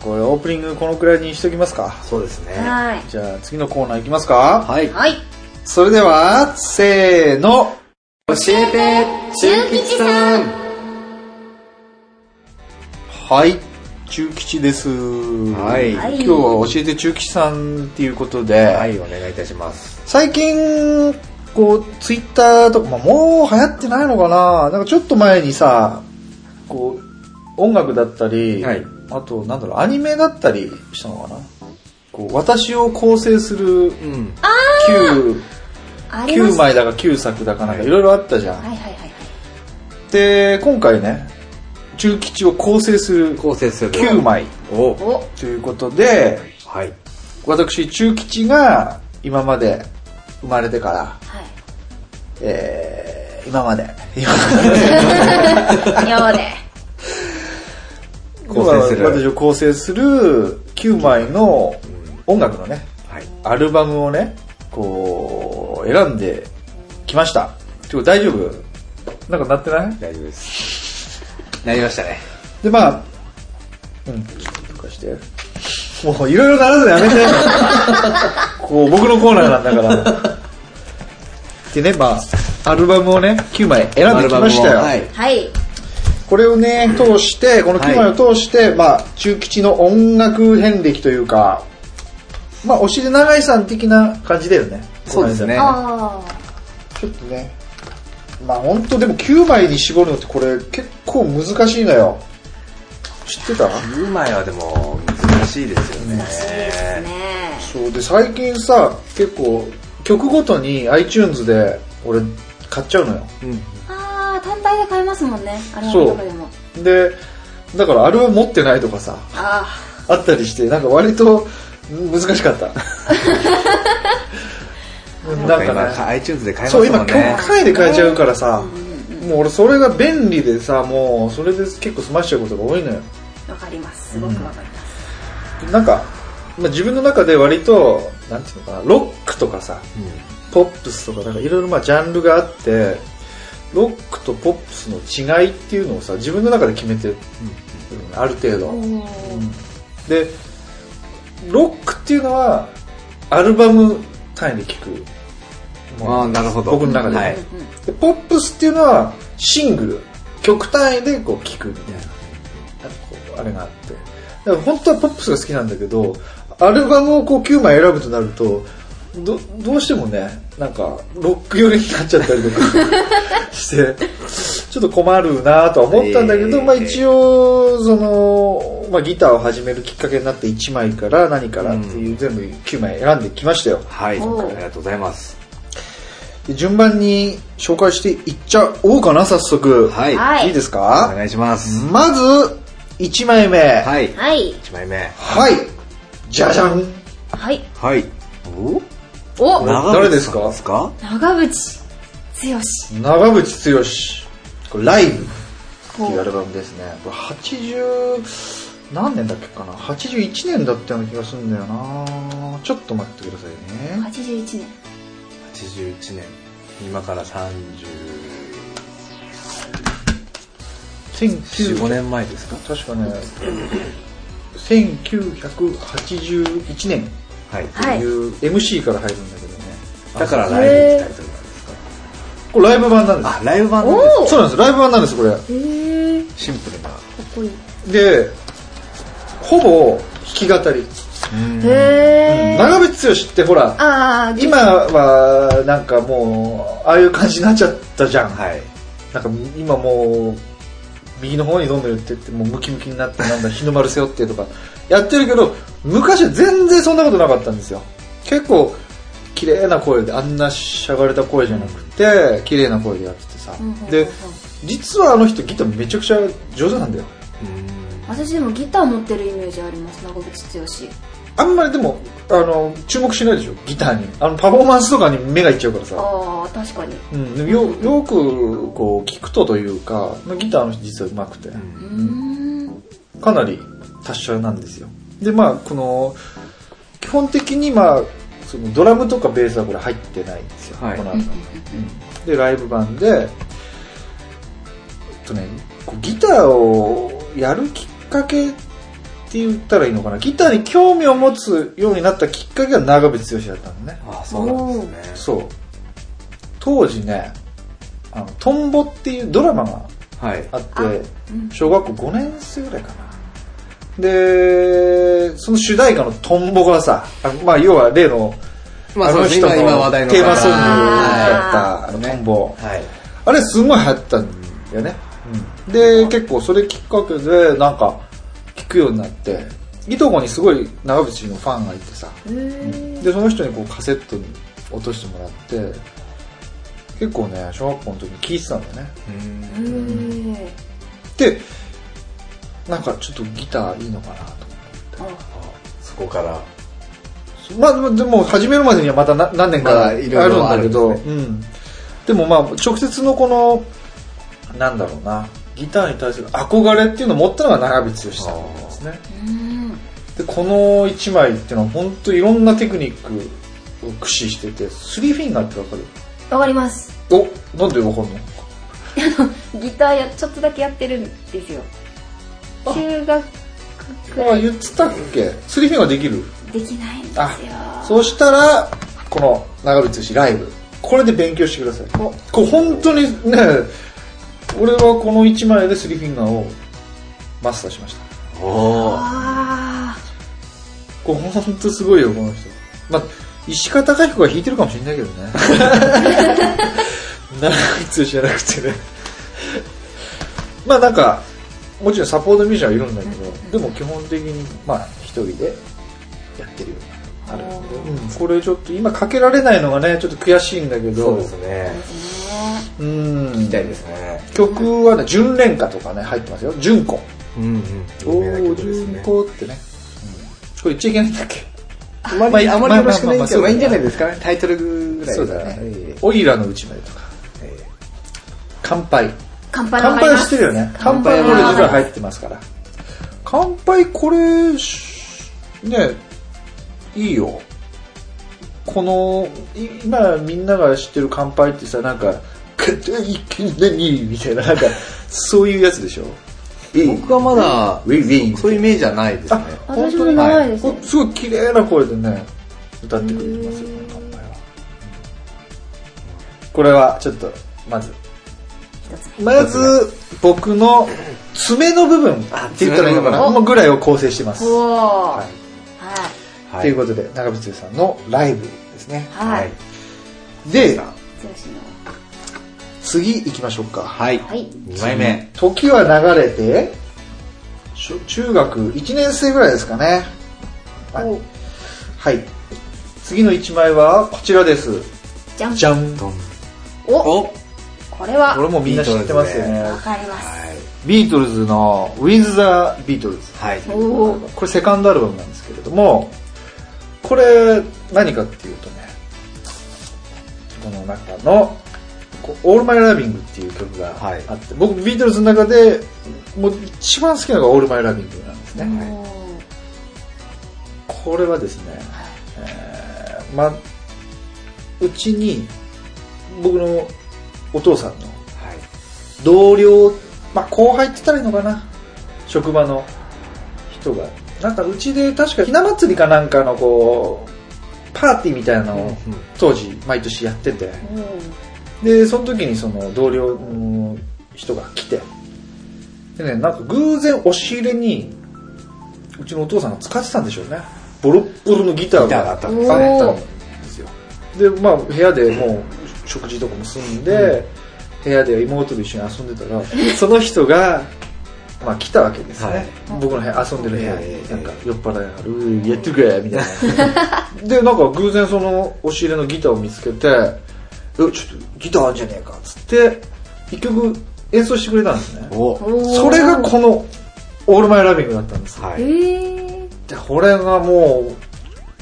Speaker 5: これオープニングこのくらいにしときますか
Speaker 4: そうですね。
Speaker 2: はい
Speaker 5: じゃあ次のコーナーいきますか
Speaker 4: はい。
Speaker 2: はい
Speaker 5: それではせーの
Speaker 4: 教えて、中吉さん。
Speaker 5: はい中吉です
Speaker 4: はい
Speaker 5: 今日は教えて中吉さんっていうことで、
Speaker 4: はい、お願いいたします。
Speaker 5: 最近こうツイッターとか、まあ、もう流行ってないのかななんかちょっと前にさこう音楽だったり、
Speaker 4: はい
Speaker 5: あとなんだろうアニメだったりしたのかなこう私を構成する
Speaker 4: うん。
Speaker 5: 9
Speaker 2: ありま
Speaker 5: 9
Speaker 2: した
Speaker 5: 枚だか9作だかなんか
Speaker 4: はい
Speaker 5: いろいろあったじゃん、
Speaker 2: はいはいはい
Speaker 5: で今回ね中吉を構成する
Speaker 4: 構成する。
Speaker 5: 9。枚
Speaker 4: お
Speaker 2: お
Speaker 5: ということで
Speaker 4: はい。
Speaker 5: 私中吉が今まで生まれてから、
Speaker 2: はい
Speaker 5: えー今まで今
Speaker 2: 今まで
Speaker 4: 構成する
Speaker 5: 今私を構成する9枚の音楽のね
Speaker 4: はい。
Speaker 5: アルバムをねこう選んできましたてか大丈夫なんかなってない
Speaker 4: 大丈夫です。なりましたね。
Speaker 5: でまあうんとかしてもういろいろならずの やめてこう僕のコーナーなんだからでねまあアルバムをね9枚選んできましたよ、
Speaker 4: アルバムをはい。
Speaker 2: はい
Speaker 5: これをね通してこの9枚を通して、まあ中吉の音楽遍歴というかまあおしで長井さん的な感じだよね
Speaker 4: そうですね。
Speaker 2: あ
Speaker 5: ちょっとねまあ本当でも9枚に絞るのってこれ結構難しいのよ知ってた
Speaker 4: 9枚はでも難しいですよね。
Speaker 2: あね
Speaker 5: そうで最近さ結構曲ごとに iTunes で俺買っちゃうのよ
Speaker 4: うん。
Speaker 2: ああ単体で買えますもんねあれはどこでも
Speaker 5: でだからあれを持ってないとかさ
Speaker 2: あ
Speaker 5: あったりしてなんか割と難しかったなんか
Speaker 4: 今
Speaker 5: ね
Speaker 4: iTunes で買えます
Speaker 5: そ
Speaker 4: も
Speaker 5: うん今曲
Speaker 4: ね。
Speaker 5: 回で買えちゃうからさもう俺それが便利でさもうそれで結構済ましちゃうことが多いのよ
Speaker 2: あわかりますすごくわかります、
Speaker 5: なんか、まあ、自分の中で割となんていうのかなロックとかさポップスとかなんかいろいろまあジャンルがあってロックとポップスの違いっていうのをさ自分の中で決めてる、ある程度、
Speaker 2: おー
Speaker 5: でロックっていうのはアルバム単位で聞く
Speaker 4: うん。ああ、なるほど。
Speaker 5: 僕の中で
Speaker 4: はい。
Speaker 5: でポップスっていうのはシングル曲単位でこう聞くみたいななんかこうあれがあってだから本当はポップスが好きなんだけどアルバムをこう9枚選ぶとなるとどどうしてもねなんかロック寄りになっちゃったりとか してちょっと困るなとは思ったんだけど、
Speaker 4: えー
Speaker 5: まあ、一応その、まあ、ギターを始めるきっかけになって1枚から何からっていう、全部9枚選んできましたよ
Speaker 4: はい。
Speaker 2: おー
Speaker 4: ありがとうございます。
Speaker 5: で順番に紹介していっちゃおうかな早速
Speaker 4: はい。
Speaker 2: はい
Speaker 5: いです
Speaker 4: お
Speaker 5: か
Speaker 4: 願いします。
Speaker 5: まず1枚目はい、
Speaker 4: はい。
Speaker 2: はい
Speaker 4: 1枚目。
Speaker 5: じゃじゃん
Speaker 2: はい
Speaker 4: はい。お
Speaker 2: お
Speaker 5: 誰ですか
Speaker 4: 長渕さんですか
Speaker 2: 長渕剛
Speaker 5: 長渕剛これライブっていうアルバムですねこれ80何年だっけかな81年だったような気がするんだよなちょっと待ってくださいね
Speaker 2: 81年
Speaker 4: 81年今から345
Speaker 5: 1900
Speaker 4: 年前ですか
Speaker 5: 確かね1981年
Speaker 4: はい、
Speaker 5: って
Speaker 2: はい
Speaker 5: いう MC から入るんだけどね
Speaker 4: だからライブ行きたいと思います
Speaker 5: これライブ版なんです
Speaker 4: あライブ版なんで
Speaker 2: お
Speaker 5: そうなんですライブ版なんですこれ
Speaker 2: えー、か
Speaker 4: すシンプルな
Speaker 2: っこいい
Speaker 5: でほぼ弾き語り、
Speaker 2: へえ
Speaker 5: 長渕剛ってほら
Speaker 2: ああ
Speaker 5: 今はなんかもうああいう感じになっちゃったじゃん、
Speaker 4: はい
Speaker 5: なんか今もう右の方にどんどん言ってってもうムキムキになってなんだ日の丸背負ってとかやってるけど昔は全然そんなことなかったんですよ結構綺麗な声であんなしゃがれた声じゃなくて綺麗な声でやっててさ、
Speaker 2: うんうんうんうん
Speaker 5: で実はあの人ギターめちゃくちゃ上手なんだよ
Speaker 4: うーん
Speaker 2: 私でもギター持ってるイメージあります長渕剛
Speaker 5: あんまりでも、あの、注目しないでしょ、ギターに。あの、パフォーマンスとかに目がいっちゃうからさ。
Speaker 2: ああ確かに
Speaker 5: うん、でもよよくこう聞くとというか、ギターの人実は上手くて、
Speaker 2: うーん
Speaker 5: かなり達者なんですよ。で、まあ、この、基本的にまあ、そのドラムとかベースはこれ入ってないんですよ、
Speaker 4: はい
Speaker 5: このアルバムうんで、ライブ版で、えっとね、こうギターをやるきっかけって言ったらいいのかな、ギターに興味を持つようになったきっかけが長渕剛だったのね。
Speaker 4: ああそうなんですね
Speaker 5: そう。当時ね、あの、トンボっていうドラマが
Speaker 4: はい
Speaker 5: あって、
Speaker 2: あうん
Speaker 5: 小学校5年生ぐらいかな。で、その主題歌のトンボがさ、あまあ、要は例の、
Speaker 4: まあそうです今今話題の
Speaker 5: テーマソングだっ
Speaker 4: あ
Speaker 5: た、
Speaker 4: ー
Speaker 5: あのトンボ。
Speaker 4: はい
Speaker 5: あれすごい流行ったんだよね。で、結構それきっかけで、なんか、聞くようになって、いとこにすごい長渕のファンがいてさ、でその人にこうカセットに落としてもらって結構ね小学校の時に聴いてたんだよね
Speaker 4: うん
Speaker 2: へえ
Speaker 5: でなんかちょっとギターいいのかなと
Speaker 4: そこから
Speaker 5: まあでも始めるまでにはまたな何年
Speaker 4: ま
Speaker 5: かあ
Speaker 4: あ
Speaker 5: る
Speaker 4: い
Speaker 5: ん
Speaker 4: ろいろある
Speaker 5: だけ
Speaker 4: んです
Speaker 5: ど、
Speaker 4: ね
Speaker 5: うん、でもまあ直接のこのなんだろうなギターに対する憧れっていうのを持ったのが長渕剛さんなんですね
Speaker 2: うん
Speaker 5: でこの1枚っていうのは本当いろんなテクニックを駆使しててスリーフィンガーってわかる
Speaker 2: わかります
Speaker 5: おなんでわかるの
Speaker 2: ギターやちょっとだけやってるんですよ中学く
Speaker 5: あ
Speaker 2: らい
Speaker 5: 言ってたっけスリーフィンガーできる
Speaker 2: できないんですよ
Speaker 5: あそうしたらこの長渕剛ライブこれで勉強してくださいこれ本当にね俺はこの1枚でスリーフィンガーをマスターしました
Speaker 4: おお
Speaker 2: あ
Speaker 5: これ本当すごいよこの人まあ石川貴彦が弾いてるかもしれないけどね 長渕剛じゃなくてねまあなんかもちろんサポートミュージシャンはいるんだけどでも基本的にまあ一人でやってるよ
Speaker 2: あなるほど
Speaker 5: うん、これちょっと今かけられないのがねちょっと悔しいんだけど
Speaker 4: そうですね
Speaker 5: うん
Speaker 4: みたいですね
Speaker 5: 曲はね純恋歌とかね入ってますよ純子
Speaker 4: うんうん有名な曲ですね
Speaker 5: 純子ってね、うんこれ言っちゃいけないんだっけ
Speaker 4: あま
Speaker 5: まあ
Speaker 4: り、あまりよろしくないんですけど、ま
Speaker 5: まあまあまあまあ
Speaker 4: あいいんじゃないですかね。タイトルぐらい
Speaker 5: そう
Speaker 4: が
Speaker 5: だね、
Speaker 4: ええ
Speaker 5: オイラのうちまでとか
Speaker 4: ええ
Speaker 5: 乾杯
Speaker 2: 乾杯は入り
Speaker 5: 乾杯
Speaker 2: ま
Speaker 5: はし
Speaker 2: す
Speaker 5: てるよね乾
Speaker 4: 乾
Speaker 5: 杯
Speaker 4: 杯は
Speaker 5: はこれ実は入ってますから乾杯これしねいいよこのい今みんなが知ってる乾杯ってさなんか「一気に何?」みたいななんかそういうやつでしょ
Speaker 4: 僕はまだ、
Speaker 5: ウィンウィン
Speaker 4: そういうイメージはないですね。
Speaker 5: あ
Speaker 2: 私も長いですね
Speaker 5: こすごい綺麗な声でね歌ってくれてますよね乾杯はこれはちょっとまずまず僕の爪の部分って言ったらいいのか
Speaker 4: 爪の
Speaker 5: なもうぐらいを構成してます、
Speaker 2: おお
Speaker 5: は
Speaker 2: はい
Speaker 4: は
Speaker 5: ということで長渕剛さんのライブですね
Speaker 2: いはい剛
Speaker 5: で
Speaker 2: の
Speaker 5: 次行きましょうか
Speaker 4: はい。
Speaker 2: はい
Speaker 4: 2枚目。
Speaker 5: 時は流れて小中学1年生ぐらいですかねはい、はい、次の1枚はこちらです
Speaker 2: じゃん
Speaker 5: じゃん
Speaker 4: ドン
Speaker 2: お
Speaker 4: おは
Speaker 2: これは
Speaker 5: これもうみんな知ってますよね
Speaker 2: わかります
Speaker 5: ビートルズの With the Beatles
Speaker 4: い。はい。
Speaker 2: おお
Speaker 5: これセカンドアルバムなんですけれどもこれ何かっていうとねこの中の「オールマイラビングっていう曲があ
Speaker 4: は
Speaker 5: っ
Speaker 4: い
Speaker 5: て、僕ビートルズの中でもう一番好きなのが「オールマイラビングなんですね、これはですね、えーまあうちに僕のお父さんの
Speaker 4: はい。
Speaker 5: 同僚、まあ、後輩って言ったらいいのかな職場の人がなんかうちで確かひな祭りかなんかのこうパーティーみたいなのを当時毎年やっててでその時にその同僚の人が来てでねなんか偶然押し入れにうちのお父さんが使ってたんでしょうねボロッボロのギター
Speaker 4: ギターが
Speaker 5: が
Speaker 4: あ
Speaker 5: あ
Speaker 4: っ
Speaker 5: ったた
Speaker 4: ん
Speaker 5: ん
Speaker 4: で
Speaker 5: ですす
Speaker 4: ね
Speaker 5: よでまあ部屋でもう食事とかも済んで、部屋で妹と一緒に遊んでたらその人がまあ来たわけですね、
Speaker 4: はい
Speaker 5: 僕の部屋遊んでる部屋で
Speaker 4: ええ
Speaker 5: なんか酔っ払いながらうー「やってくれ」みたいなでなんか偶然その押し入れのギターを見つけて「えちょっとギターあんじゃねえか」っつって一曲演奏してくれたんですね
Speaker 4: お
Speaker 2: おー
Speaker 5: それがこのオールマイラビングだったんですよ
Speaker 4: は
Speaker 2: え
Speaker 4: い。
Speaker 2: ー、
Speaker 5: でこれがもう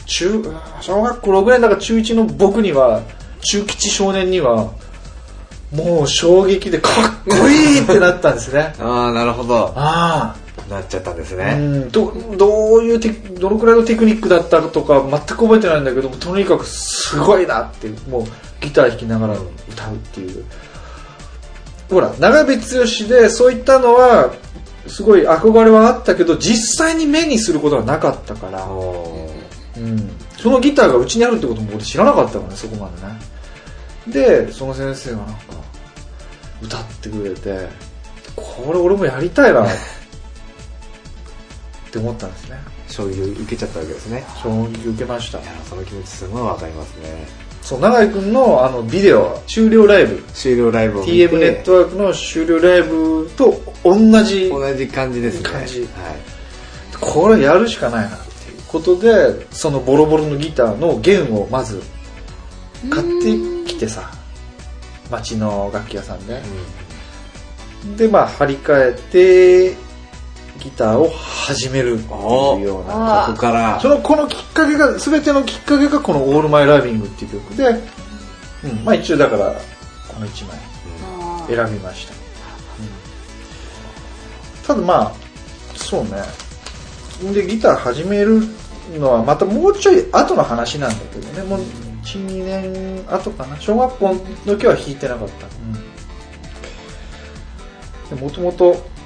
Speaker 5: 中小学校6年だから中1の僕には中吉少年にはもう衝撃でかっこいいってなったんですね
Speaker 4: ああ、なるほど。
Speaker 5: ああ
Speaker 4: なっちゃったんです
Speaker 5: う
Speaker 4: ね。
Speaker 5: んどどういうテクどのくらいのテクニックだったとか全く覚えてないんだけどもとにかくすごいなっていうもうギター弾きながら歌うっていうほら長渕剛でそういったのはすごい憧れはあったけど実際に目にすることはなかったから、
Speaker 4: おー
Speaker 5: うん、そのギターがうちにあるってことも俺知らなかったからねそこまでねでその先生がなんか歌ってくれてこれ俺もやりたいなって思ったんですね
Speaker 4: 衝撃を受けちゃったわけですね。
Speaker 5: 衝撃受けました
Speaker 4: いやー、その気持ちすごいわかりますね。
Speaker 5: そう永井君のあのビデオ終了ライブ
Speaker 4: 終了ライブを見て。
Speaker 5: TM ネットワークの終了ライブと同じ
Speaker 4: 同じ感じですね。
Speaker 5: 感じ
Speaker 4: はい。
Speaker 5: これやるしかないなっていうことでそのボロボロのギターの弦をまず買ってきてさ街の楽器屋さんで、でまあ張り替えてギターを始めるっていうよう
Speaker 2: あ
Speaker 5: な
Speaker 2: ー
Speaker 4: ここから
Speaker 5: そ、のこのきっかけが全てのきっかけがこの「オールマイラビングっていう曲で、うん、まあ一応だからこの1枚
Speaker 2: あ
Speaker 5: 選びました、ただまあそうねでギター始めるのはまたもうちょい後の話なんだけどねもう12年後かな小学校の時は弾いてなかったもともと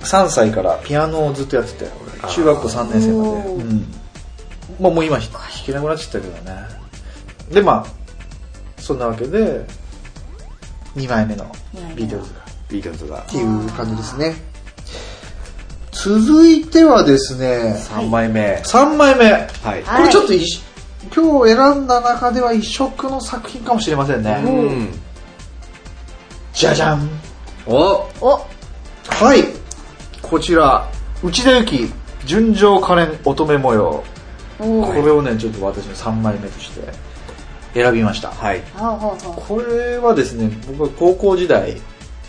Speaker 5: 3歳からピアノをずっとやってたよ俺中学校3年生まで、
Speaker 2: おー
Speaker 5: うんまあ、もう今弾けなくなっちゃったけどねでまあそんなわけで2枚目のビデオズが
Speaker 4: ビーガンとか
Speaker 3: ていう感じですね続いてはですね
Speaker 4: 3枚目。
Speaker 5: 3枚目
Speaker 4: はい。
Speaker 5: これちょっといし今日選んだ中では異色の作品かもしれませんね、
Speaker 4: うん。
Speaker 5: じゃじゃん
Speaker 4: お
Speaker 2: お
Speaker 5: はいこちら内田有紀純情可憐乙女模様
Speaker 2: お
Speaker 5: これをねちょっと私の3枚目として選びました
Speaker 4: はい。
Speaker 2: ああほうほ
Speaker 5: これはですね僕は高校時代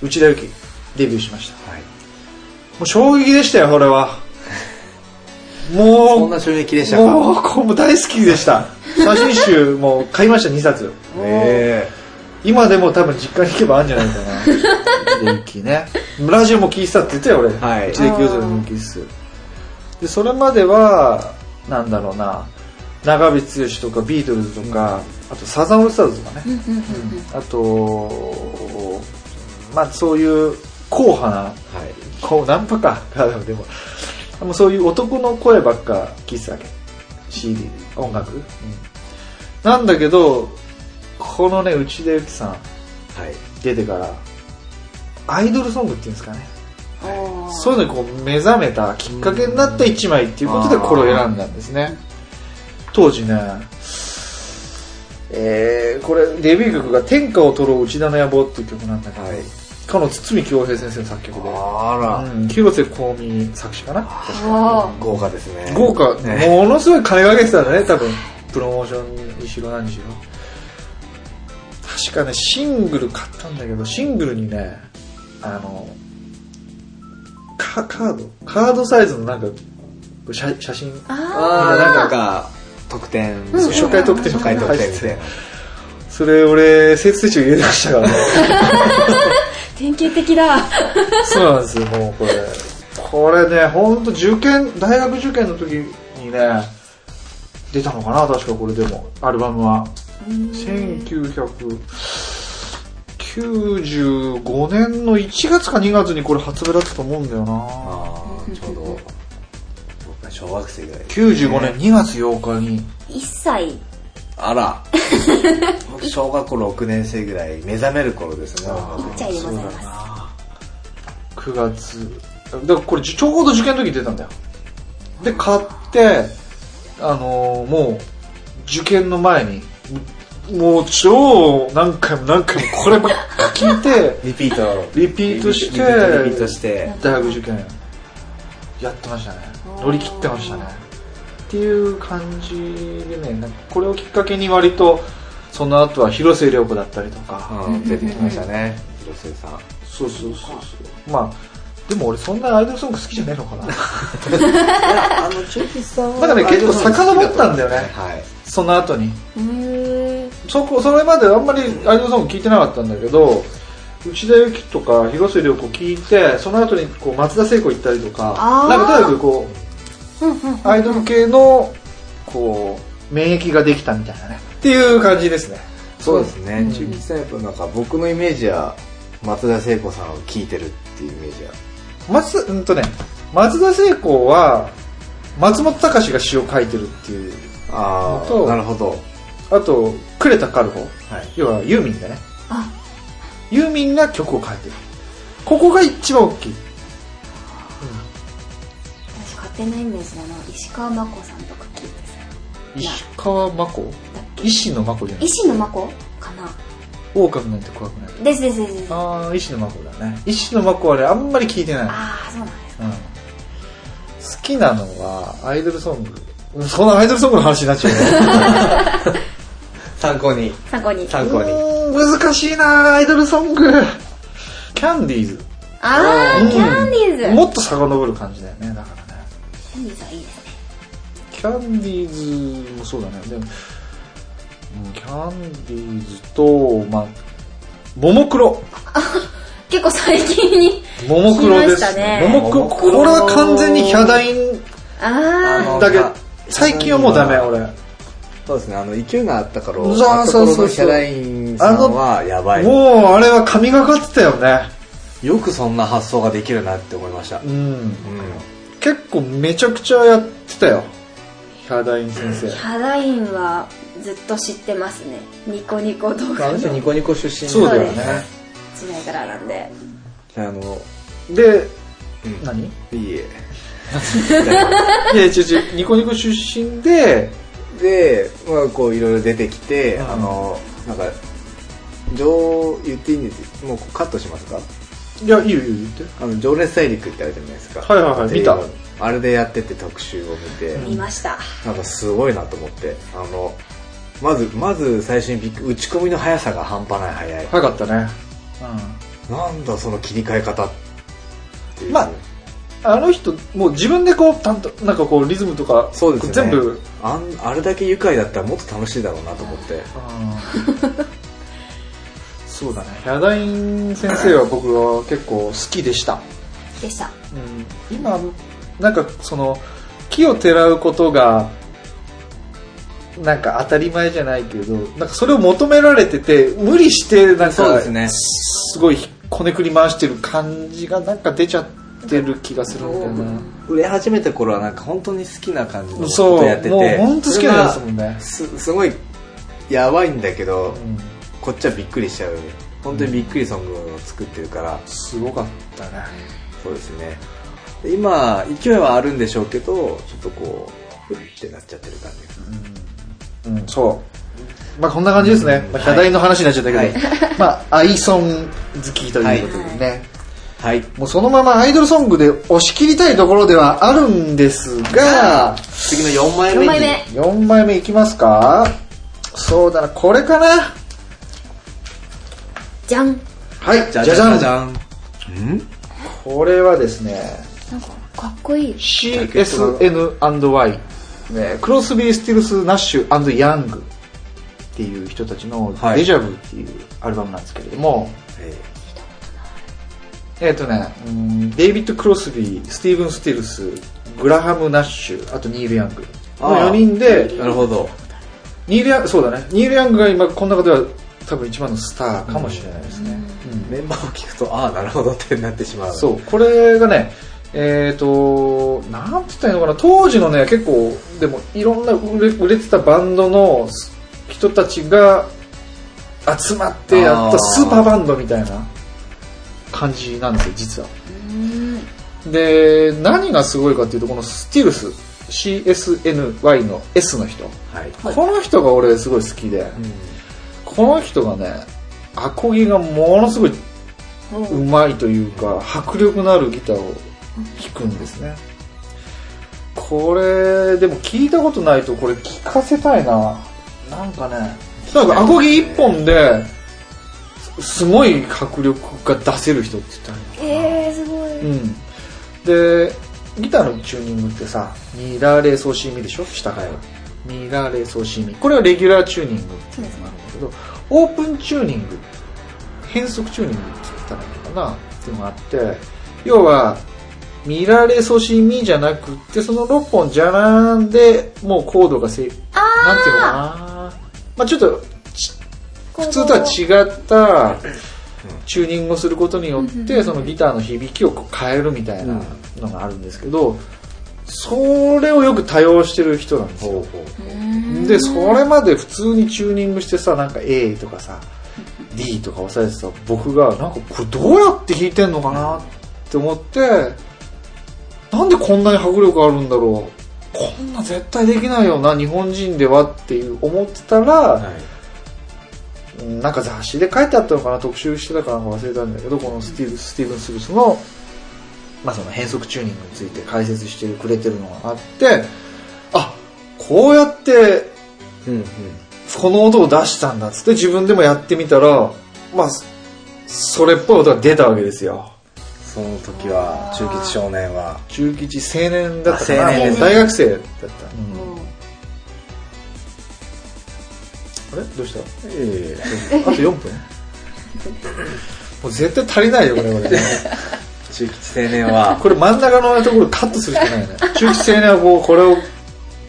Speaker 5: 内田有紀デビューしました
Speaker 4: はい。
Speaker 5: もう衝撃でしたよこれ は
Speaker 4: こ
Speaker 5: も
Speaker 4: ん
Speaker 5: う
Speaker 4: な衝撃でした
Speaker 5: もう
Speaker 4: か
Speaker 5: これも大好きでした写真集もう買いました2冊
Speaker 4: え
Speaker 5: 今でも多分実家に行けばあるんじゃないか な電気ねラジオも聞いてたって言ったよ俺
Speaker 4: はいう
Speaker 5: ちで清里も聞いてすでそれまではなんだろうな長渕剛とかビートルズとか、あとサザンオールスターズとかね、あとまあそういう硬派な
Speaker 4: ーはい。
Speaker 5: こうナンパか でももうそういう男の声ばっか聞いてたわけ CD 音楽、うんなんだけどこのね内田有紀さん
Speaker 4: はい。
Speaker 5: 出てからアイドルソングっていうんですかね
Speaker 2: うおー
Speaker 5: そういうのにこう目覚めたきっかけになった1枚っていうことで
Speaker 4: うん
Speaker 5: これを選んだんですね当時ねえー、これデビュー曲が「天下を取ろう内田の野望」っていう曲なんだけど、
Speaker 4: はい
Speaker 5: かの堤恭平先生の作曲で
Speaker 4: あら、
Speaker 5: うん広瀬香美作詞かな
Speaker 2: おー
Speaker 4: 豪華ですね。
Speaker 5: 豪華、
Speaker 4: ね
Speaker 5: ものすごい金かけてたんだね多分プロモーションにしろ何にしろ確かねシングル買ったんだけどシングルにねあのカカードカードサイズのなんか写写真
Speaker 4: ああ、なんか、特典。
Speaker 5: そう初回特典
Speaker 4: 初回特典みたいな。
Speaker 5: それ俺生徒手帳入れてましたからね
Speaker 2: 典型的だ
Speaker 5: そうなんですよもうこれこれね本当受験大学受験の時にね出たのかな確かこれでもアルバムは1995年の1月か2月にこれ発売だったと思うんだよな
Speaker 4: ああ、ちょうど、僕が小学生ぐらいです。
Speaker 5: 95年2月8日に
Speaker 2: 1歳
Speaker 4: あら、僕小学校6年生ぐらい、目覚める頃ですね。
Speaker 2: いっちゃいでございます
Speaker 5: 9月だからこれちょうど受験の時に出たんだよで買ってあのーもう受験の前にもう超何回も何回もこればっか聞い て
Speaker 4: リピート。
Speaker 5: リピートし
Speaker 4: リ
Speaker 5: て
Speaker 4: ピートリピートして。
Speaker 5: 大学受験やってましたね乗り切ってましたねっていう感じでねなんかこれをきっかけに割とその後は広末涼子だったりとか、
Speaker 4: うん、出てきましたね。広瀬さん。
Speaker 5: そうそうそうそうまあでも俺そんなアイドルソング好きじゃねえのかな
Speaker 4: あの、チョキさんは
Speaker 5: だからね結構遡ったんだよね
Speaker 4: はい。
Speaker 5: その後に
Speaker 2: へえ
Speaker 5: そこそれまであんまりアイドルソング聞いてなかったんだけど内田有紀とか広末涼子聞いてその後にこう松田聖子行ったりとか
Speaker 2: あー
Speaker 5: なんかとにかくこ
Speaker 2: うんうん
Speaker 5: うアイドル系のこう免疫ができたみたいなねっていう感じですね
Speaker 4: そうですね
Speaker 5: ん。
Speaker 4: チョキさんやっぱなんか僕のイメージは、松田聖子さんを聞いてるっていうイメージは。
Speaker 5: 松うんとね松田聖子は松本隆が詩を書いてるっていう
Speaker 4: あ
Speaker 5: 本当
Speaker 4: あ、なるほど。
Speaker 5: あと呉田カルホ
Speaker 4: はい。
Speaker 5: 要はユーミンだね
Speaker 2: あ
Speaker 5: ユーミンが曲を書いてるここが一番大きい
Speaker 2: 私勝手なイメージだな石川真子さんとか聞いてさ
Speaker 5: 石川真子
Speaker 2: だっけ
Speaker 5: 石野真子じゃない
Speaker 2: 石野真子かな
Speaker 5: 大川なんて怖くない
Speaker 2: ですですですですあ
Speaker 5: ああ石野真子だね石野真子はねあんまり聞いてない、
Speaker 2: あーそうなんです
Speaker 5: うん、好きなのはアイドルソングうんそのアイドルソングの話になっちゃ うね
Speaker 4: 参考に。
Speaker 2: 参考に
Speaker 4: 参考に。
Speaker 5: うーん難しいなアイドルソングキャンディーズ
Speaker 2: あ
Speaker 5: うん
Speaker 2: あキャンディーズ
Speaker 5: もっと遡る感じだよねだからね
Speaker 2: キャンディーズはいいですね
Speaker 5: キャンディーズもそうだねでもうんキャンディーズとまあももクロ
Speaker 2: 結構最近に
Speaker 5: ももクロ
Speaker 2: 聞
Speaker 5: で
Speaker 2: きました
Speaker 5: す
Speaker 2: ね
Speaker 5: ももクロ
Speaker 4: もも
Speaker 5: こ
Speaker 4: クロ
Speaker 5: れは完全にヒャダイン
Speaker 2: ああ
Speaker 4: の
Speaker 5: だけ
Speaker 4: ま
Speaker 5: ど
Speaker 4: あ
Speaker 5: 最近はもうダメ俺
Speaker 4: そうですね、あの、勢いがあったから、
Speaker 5: そう
Speaker 4: あった頃
Speaker 5: そうそうそう
Speaker 4: のヒャラインさんは、やばい。
Speaker 5: もうあれは神がかってたよね
Speaker 4: よくそんな発想ができるなって思いました。うん。
Speaker 5: うん結構めちゃくちゃやってたよヒャダイン先生
Speaker 2: ヒャダインはずっと知ってますねニコニコ動
Speaker 4: あ
Speaker 2: 画
Speaker 4: の
Speaker 2: の
Speaker 4: 人ニコニコ出身
Speaker 5: そうだよね
Speaker 2: 時代からなんで
Speaker 4: あの、
Speaker 5: で
Speaker 4: うん
Speaker 5: 何
Speaker 4: い いえ。
Speaker 5: いや違う違うニコニコ出身で
Speaker 4: で、まあ、こういろいろ出てきて、
Speaker 5: うん
Speaker 4: あのなんか上言っていいんですもうカットしますか
Speaker 5: いやいいよいいよ言って
Speaker 4: あの情熱大陸ってあるじゃないですか
Speaker 5: はいはいはい
Speaker 4: テレビ
Speaker 5: 見
Speaker 4: あれでやってて特集を見て、
Speaker 2: 見ました
Speaker 4: なんかすごいなと思ってあのまずまず最初にびっく打ち込みの速さが半端ない速い
Speaker 5: 早かったね
Speaker 4: なんだその切り替え方っていう
Speaker 5: まああの人もう自分でこう担当なんかこうリズムとか
Speaker 4: そうですよね
Speaker 5: 全部
Speaker 4: あんあれだけ愉快だったらもっと楽しいだろうなと思って
Speaker 5: そうだねヒャダイン先生は僕は結構好きでした
Speaker 2: でした
Speaker 5: うん、今なんかその木をてらうことがなんか当たり前じゃないけどなんかそれを求められてて無理してなんか
Speaker 4: そうですね
Speaker 5: すごいこねくり回してる感じがなんか出ちゃってる気がするんだよな、
Speaker 4: 売れ始めた頃はなんか本当に好きな感じのこ
Speaker 5: そう
Speaker 4: とやってて
Speaker 5: もう本当好きなんですも
Speaker 4: それ
Speaker 5: んね
Speaker 4: が、すすごいやばいんだけど、
Speaker 5: うん、
Speaker 4: こっちはびっくりしちゃう本当にびっくりソングを作ってるから、
Speaker 5: すごかったね
Speaker 4: そうですねで今勢いはあるんでしょうけどちょっとこうふってなっちゃってる感じです
Speaker 5: うん、そうまあこんな感じですね、
Speaker 4: うん
Speaker 5: まあ、ヒャダインの話になっちゃったけど、
Speaker 4: はい
Speaker 5: まあアイソン好きということでね、
Speaker 4: はい
Speaker 5: もうそのままアイドルソングで押し切りたいところではあるんですが、
Speaker 4: 次の4枚
Speaker 2: 4
Speaker 4: 目に
Speaker 2: 枚目
Speaker 5: 4枚目いきますかそうだな、これかな
Speaker 2: じゃん
Speaker 5: はい、
Speaker 4: じ
Speaker 5: じ
Speaker 4: ゃ
Speaker 5: ゃ
Speaker 4: じ
Speaker 5: じ
Speaker 4: ゃ
Speaker 5: ゃ
Speaker 4: じ
Speaker 5: じ
Speaker 4: ゃ
Speaker 5: ゃ
Speaker 4: じ
Speaker 5: ん
Speaker 4: ゃんん
Speaker 5: これはですね、
Speaker 2: なんかかっこいい
Speaker 5: CSN&Y、ね、クロスビー・スティルス・ナッシュヤングっていう人たちの
Speaker 4: はい
Speaker 5: デジャブっていうアルバムなんですけれども、えっ、とね、うんデイビッド・クロスビー、スティーブン・スティルス、グラハム・ナッシュ、あとニール・ヤングの4人で、
Speaker 4: なるほど
Speaker 5: ニールヤング、そうだね。ニール・ヤングが今、この中では多分一番のスターかもしれないですね。
Speaker 4: メンバーを聞くとああなるほどってなってしまう
Speaker 5: そう、これがね、えっ、と、なんて言ったらいいのかな、当時のね、結構、でもいろんな売れ売れてたバンドの人たちが集まってやっ
Speaker 4: あー
Speaker 5: たスーパーバンドみたいな感じなんですよ、実は。で、何がすごいかっていうと、このスティルス、CSNY の S の人。
Speaker 4: はい、
Speaker 5: この人が俺すごい好きで、この人がね、アコギがものすごい上手いというか、迫力のあるギターを弾くんですね。これ、でも聞いたことないとこれ聞かせたいな。なんかね、なんかアコギ一本で、すごい迫力が出せる人って言ったらいいの
Speaker 2: えー、すごい。
Speaker 5: うん、でギターのチューニングってさミラーレーソーシーミでしょ下がよミラーレーソーシーミこれはレギュラーチューニングっていうのがあるんだけどオープンチューニング変速チューニングって言ったらいいのかなっていうのがあって要はミラーレーソーシーミじゃなくってその6本じゃらんでもうコードがせなんていうのかな、まあ、ちょっとち普通とは違ったチューニングをすることによっ
Speaker 2: う
Speaker 5: て
Speaker 2: ん
Speaker 5: そのギターの響きをこう変えるみたいなのがあるんですけどそれをよく多用してる人なんですよでそれまで普通にチューニングしてさなんか A とかさ D とか押さえてた僕がなんかこれどうやって弾いてんのかなって思ってなんでこんなに迫力あるんだろうこんな絶対できないよな日本人ではっていう思ってたら、
Speaker 4: はい
Speaker 5: なんか雑誌で書いてあったのかな特集してたから忘れたんだけどこのスティーブスティーブン・スルスの,、まあその変則チューニングについて解説してくれてるのがあってあこうやって
Speaker 4: うんうん
Speaker 5: この音を出したんだっつって自分でもやってみたらまあそれっぽい音が出たわけですよ
Speaker 4: その時は中吉少年は
Speaker 5: 中吉青年だったかな
Speaker 4: あ青年
Speaker 5: もう大学生だった、うん
Speaker 2: もう
Speaker 5: あれどうした
Speaker 4: え
Speaker 5: あと4分もう絶対足りないよこれこれ
Speaker 4: え中吉青年は
Speaker 5: これ真ん中のところカットするしかないよね中期青年はこうこれを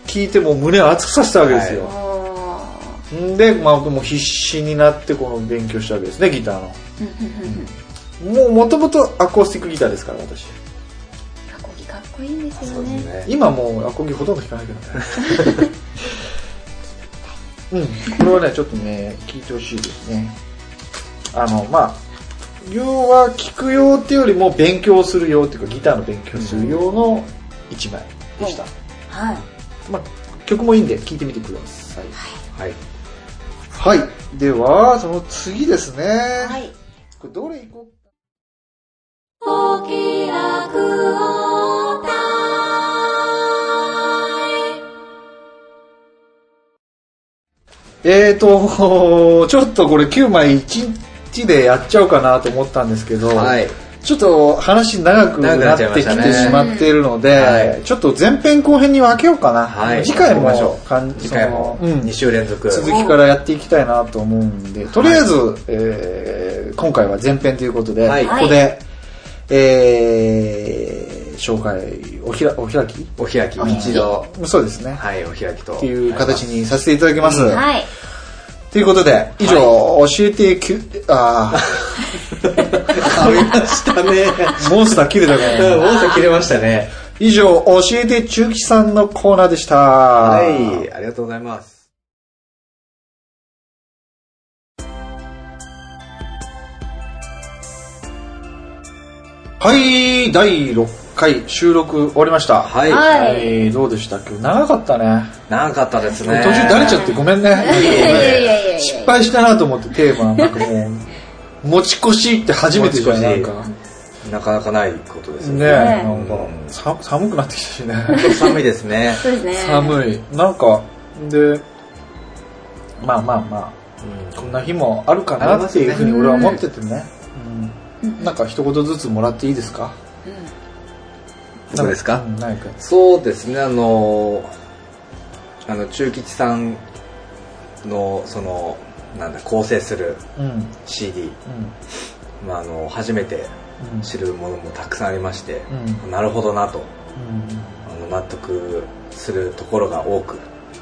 Speaker 5: 聞いてもう胸を熱くさせたわけですよ、
Speaker 2: あ
Speaker 5: んで、まあ、もう必死になってこの勉強したわけですねギターの
Speaker 2: ーうんうんうんうん
Speaker 5: もうもともとアコースティックギターですから私
Speaker 2: アコギかっこいいんです
Speaker 4: そ
Speaker 2: よ
Speaker 4: うです
Speaker 2: ね。
Speaker 4: ね
Speaker 5: 今もうアコギほとんど弾かないけ どねうんこれはねちょっとね聞いてほしいですねあのまあ要は聞く用っていうよりも勉強する用っていうかギターの勉強する用の一枚でした、
Speaker 2: はい。
Speaker 5: まあ、曲もいいんで聴いてみてください。
Speaker 4: はい
Speaker 5: はい。では、その次ですね。
Speaker 1: は。
Speaker 5: はいこれどれいこうえーと、 ちょっとこれ9枚1日でやっちゃおうかなと思ったんですけど、
Speaker 4: はい
Speaker 5: ちょっと話長くな
Speaker 4: 長
Speaker 5: っ
Speaker 4: くなっちゃいま
Speaker 5: て
Speaker 4: し
Speaker 5: き
Speaker 4: た
Speaker 5: て
Speaker 4: ね
Speaker 5: しまっているので、
Speaker 4: はい
Speaker 5: ちょっと前編後編に分けようかな。
Speaker 4: はい
Speaker 5: 次回も
Speaker 4: そうしましょう
Speaker 5: かん
Speaker 4: 次回も
Speaker 5: そのうん
Speaker 4: 2週連続
Speaker 5: 続きからやっていきたいなと思うんで、とりあえず、えー今回は前編ということで、
Speaker 4: はい
Speaker 5: ここで、えー紹介、おひら、お開き
Speaker 4: お開き一度
Speaker 5: そうですね。
Speaker 4: はいお開きと
Speaker 5: っていう形にさせていただきます。
Speaker 2: はい。
Speaker 5: ということで、以上、教えてきゅ、あ
Speaker 4: ありましたね
Speaker 5: ーモンスター切れたか
Speaker 4: うん
Speaker 5: ら、
Speaker 4: モンスター切れましたね
Speaker 5: 以上、教えて中期さんのコーナーでした。は
Speaker 4: はいありがとうございます
Speaker 5: はい、第6回収録終わりました。
Speaker 4: はい
Speaker 2: はい
Speaker 5: はい、どうでした今日長かったね。
Speaker 4: 長かったです
Speaker 5: 途
Speaker 4: ね
Speaker 5: 中だれちゃってごめん
Speaker 2: いやい
Speaker 5: ね。
Speaker 2: やいやいや。
Speaker 5: 失敗したなと思ってテーマなんかもう持ち越しって初めてじゃん
Speaker 4: 持
Speaker 5: な
Speaker 4: ち
Speaker 5: ん
Speaker 4: 越し
Speaker 5: か
Speaker 4: なかなかないことですよ
Speaker 5: ねえ
Speaker 4: ね
Speaker 5: なんかさ寒くなってきたしね
Speaker 4: 寒いですね
Speaker 2: そうですね。
Speaker 5: 寒いなんかでまあまあまあこんな日もあるかなっていうふうに俺は思っててねうんなんか一言ずつもらっていいですか
Speaker 4: そうですか
Speaker 5: ん何か
Speaker 4: そうですねあのあの中吉さんのそのなんだ構成する
Speaker 5: うんうん
Speaker 4: CD、まあ、あの初めて
Speaker 5: うん
Speaker 4: 知るものもたくさんありまして、
Speaker 5: う
Speaker 4: なるほどなと
Speaker 5: うん
Speaker 4: あの納得するところが多く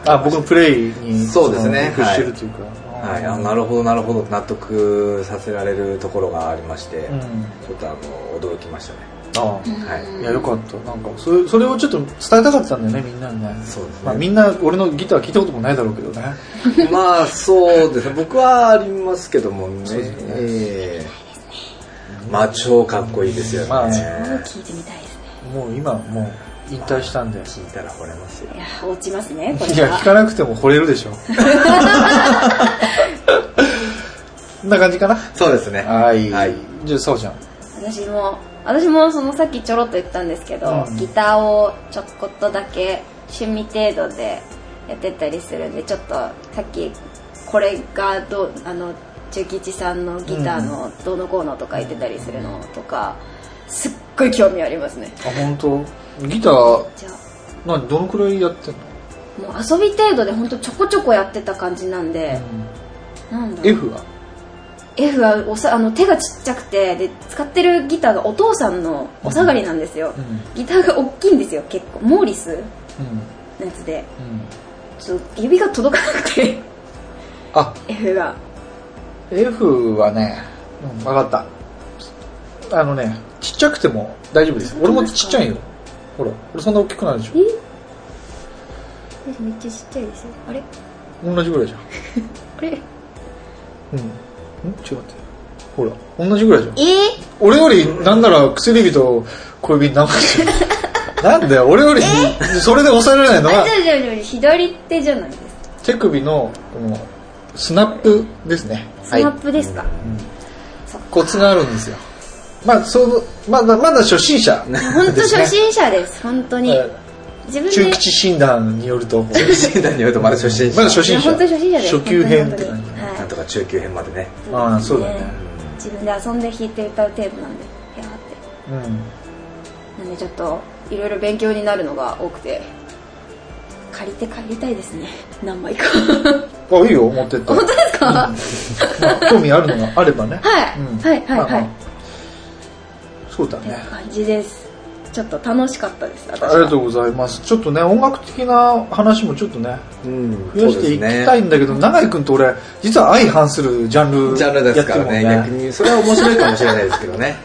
Speaker 5: あ僕のプレイに
Speaker 4: そうですね
Speaker 5: そのしてるというか
Speaker 4: はい、あなるほどなるほど納得させられるところがありまして、
Speaker 5: うん
Speaker 4: ちょっとあの驚きましたね、
Speaker 5: ああ
Speaker 4: はい
Speaker 5: いや、よかった。なんか、それ、それをちょっと伝えたかったんだよね、みんなにね。
Speaker 4: そうですね
Speaker 5: まあ、みんな、俺のギター聞いたこともないだろうけどね。
Speaker 4: まあそうですね僕はありますけどもね
Speaker 5: うですね
Speaker 4: ええまあ超かっこいいですよね、
Speaker 5: まあ
Speaker 2: 聞いてみたいですね。
Speaker 5: もう今、もう、引退した んで。
Speaker 4: 聞いたら惚れますよ
Speaker 2: いや、落ちますね、こ
Speaker 5: い
Speaker 2: れ
Speaker 5: や、
Speaker 2: は
Speaker 5: 聞。かなくても惚れるでしょ。こんな感じかな。
Speaker 4: そうですね
Speaker 5: はい。
Speaker 4: はい、
Speaker 5: じゃあ、そうちゃん。
Speaker 2: 私も、私もそのさっきちょろっと言ったんですけど、
Speaker 5: うん
Speaker 2: ギターをちょこっとだけ趣味程度でやってたりするんで、ちょっとさっき、これがどう、あの、中吉さんのギターのどうのこうのとか言ってたりするのとかすっごい興味ありますね
Speaker 5: あ本当。ギター
Speaker 2: じゃあ
Speaker 5: 何どのくらいやってんの、
Speaker 2: もう遊び程度で本当ちょこちょこやってた感じなんで、なんだろう
Speaker 5: F は
Speaker 2: F はおさあの手がちっちゃくてで使ってるギターがお父さんのお下がりなんですよ、
Speaker 5: ん
Speaker 2: ギターが大きいんですよ結構モーリス
Speaker 5: うん
Speaker 2: のやつで
Speaker 5: うん
Speaker 2: ちょっと指が届かなくて
Speaker 5: あ
Speaker 2: F が
Speaker 5: F はね、うん、分かったあのねちっちゃくても大丈夫です俺もちっちゃいよほら俺そんな大きくないでしょ
Speaker 2: めっちゃちっちゃいですよあれ
Speaker 5: 同じぐらいじゃん
Speaker 2: あれ
Speaker 5: うんん違うってほら同じぐらいじゃん
Speaker 2: えー、
Speaker 5: 俺よりなんなら薬指と小指長く てなんだよ俺よりそれで抑えられないの
Speaker 2: あ
Speaker 5: は
Speaker 2: じゃあじゃあじゃあ左手じゃないですか
Speaker 5: 手首のこのスナップですね
Speaker 2: スナップですか、
Speaker 5: コツがあるんですよまあそのまだまだ初心者本
Speaker 2: 本当初心者です本当に自分
Speaker 5: 中
Speaker 2: で
Speaker 5: 吉診断によるとま
Speaker 4: 中心団によるとまだ初心者。
Speaker 5: だ初
Speaker 2: いや
Speaker 5: 心者
Speaker 2: 本当に初心者です
Speaker 5: 初級編って
Speaker 2: 本当
Speaker 5: 感じ
Speaker 2: にはい
Speaker 4: なんとか中級編までね。
Speaker 5: ああそうだね
Speaker 2: 自分で遊んで弾いて歌うテープなんでやばって
Speaker 5: うん
Speaker 2: なんでちょっといろいろ勉強になるのが多くて借りて帰りたいですね何枚 か
Speaker 5: あいいよ持ってって
Speaker 2: 本当ですか、はい、
Speaker 5: まあ興味あるのがあればねうん
Speaker 2: はいはい
Speaker 5: ま
Speaker 2: はい
Speaker 5: あま
Speaker 2: は
Speaker 5: あ
Speaker 2: いっ
Speaker 5: そうだ
Speaker 2: て
Speaker 5: ね
Speaker 2: 感じですちょっと楽しかったです私
Speaker 5: あ
Speaker 2: は
Speaker 5: りがとうございますちょっとね音楽的な話もちょっとね
Speaker 4: うん
Speaker 5: 増やしていきたいんだけど、永井君と俺実は相反するジャンル
Speaker 4: ジャンルですからね
Speaker 5: やっ
Speaker 4: 逆
Speaker 5: てるもん
Speaker 4: にそれは面白いかもしれないですけどね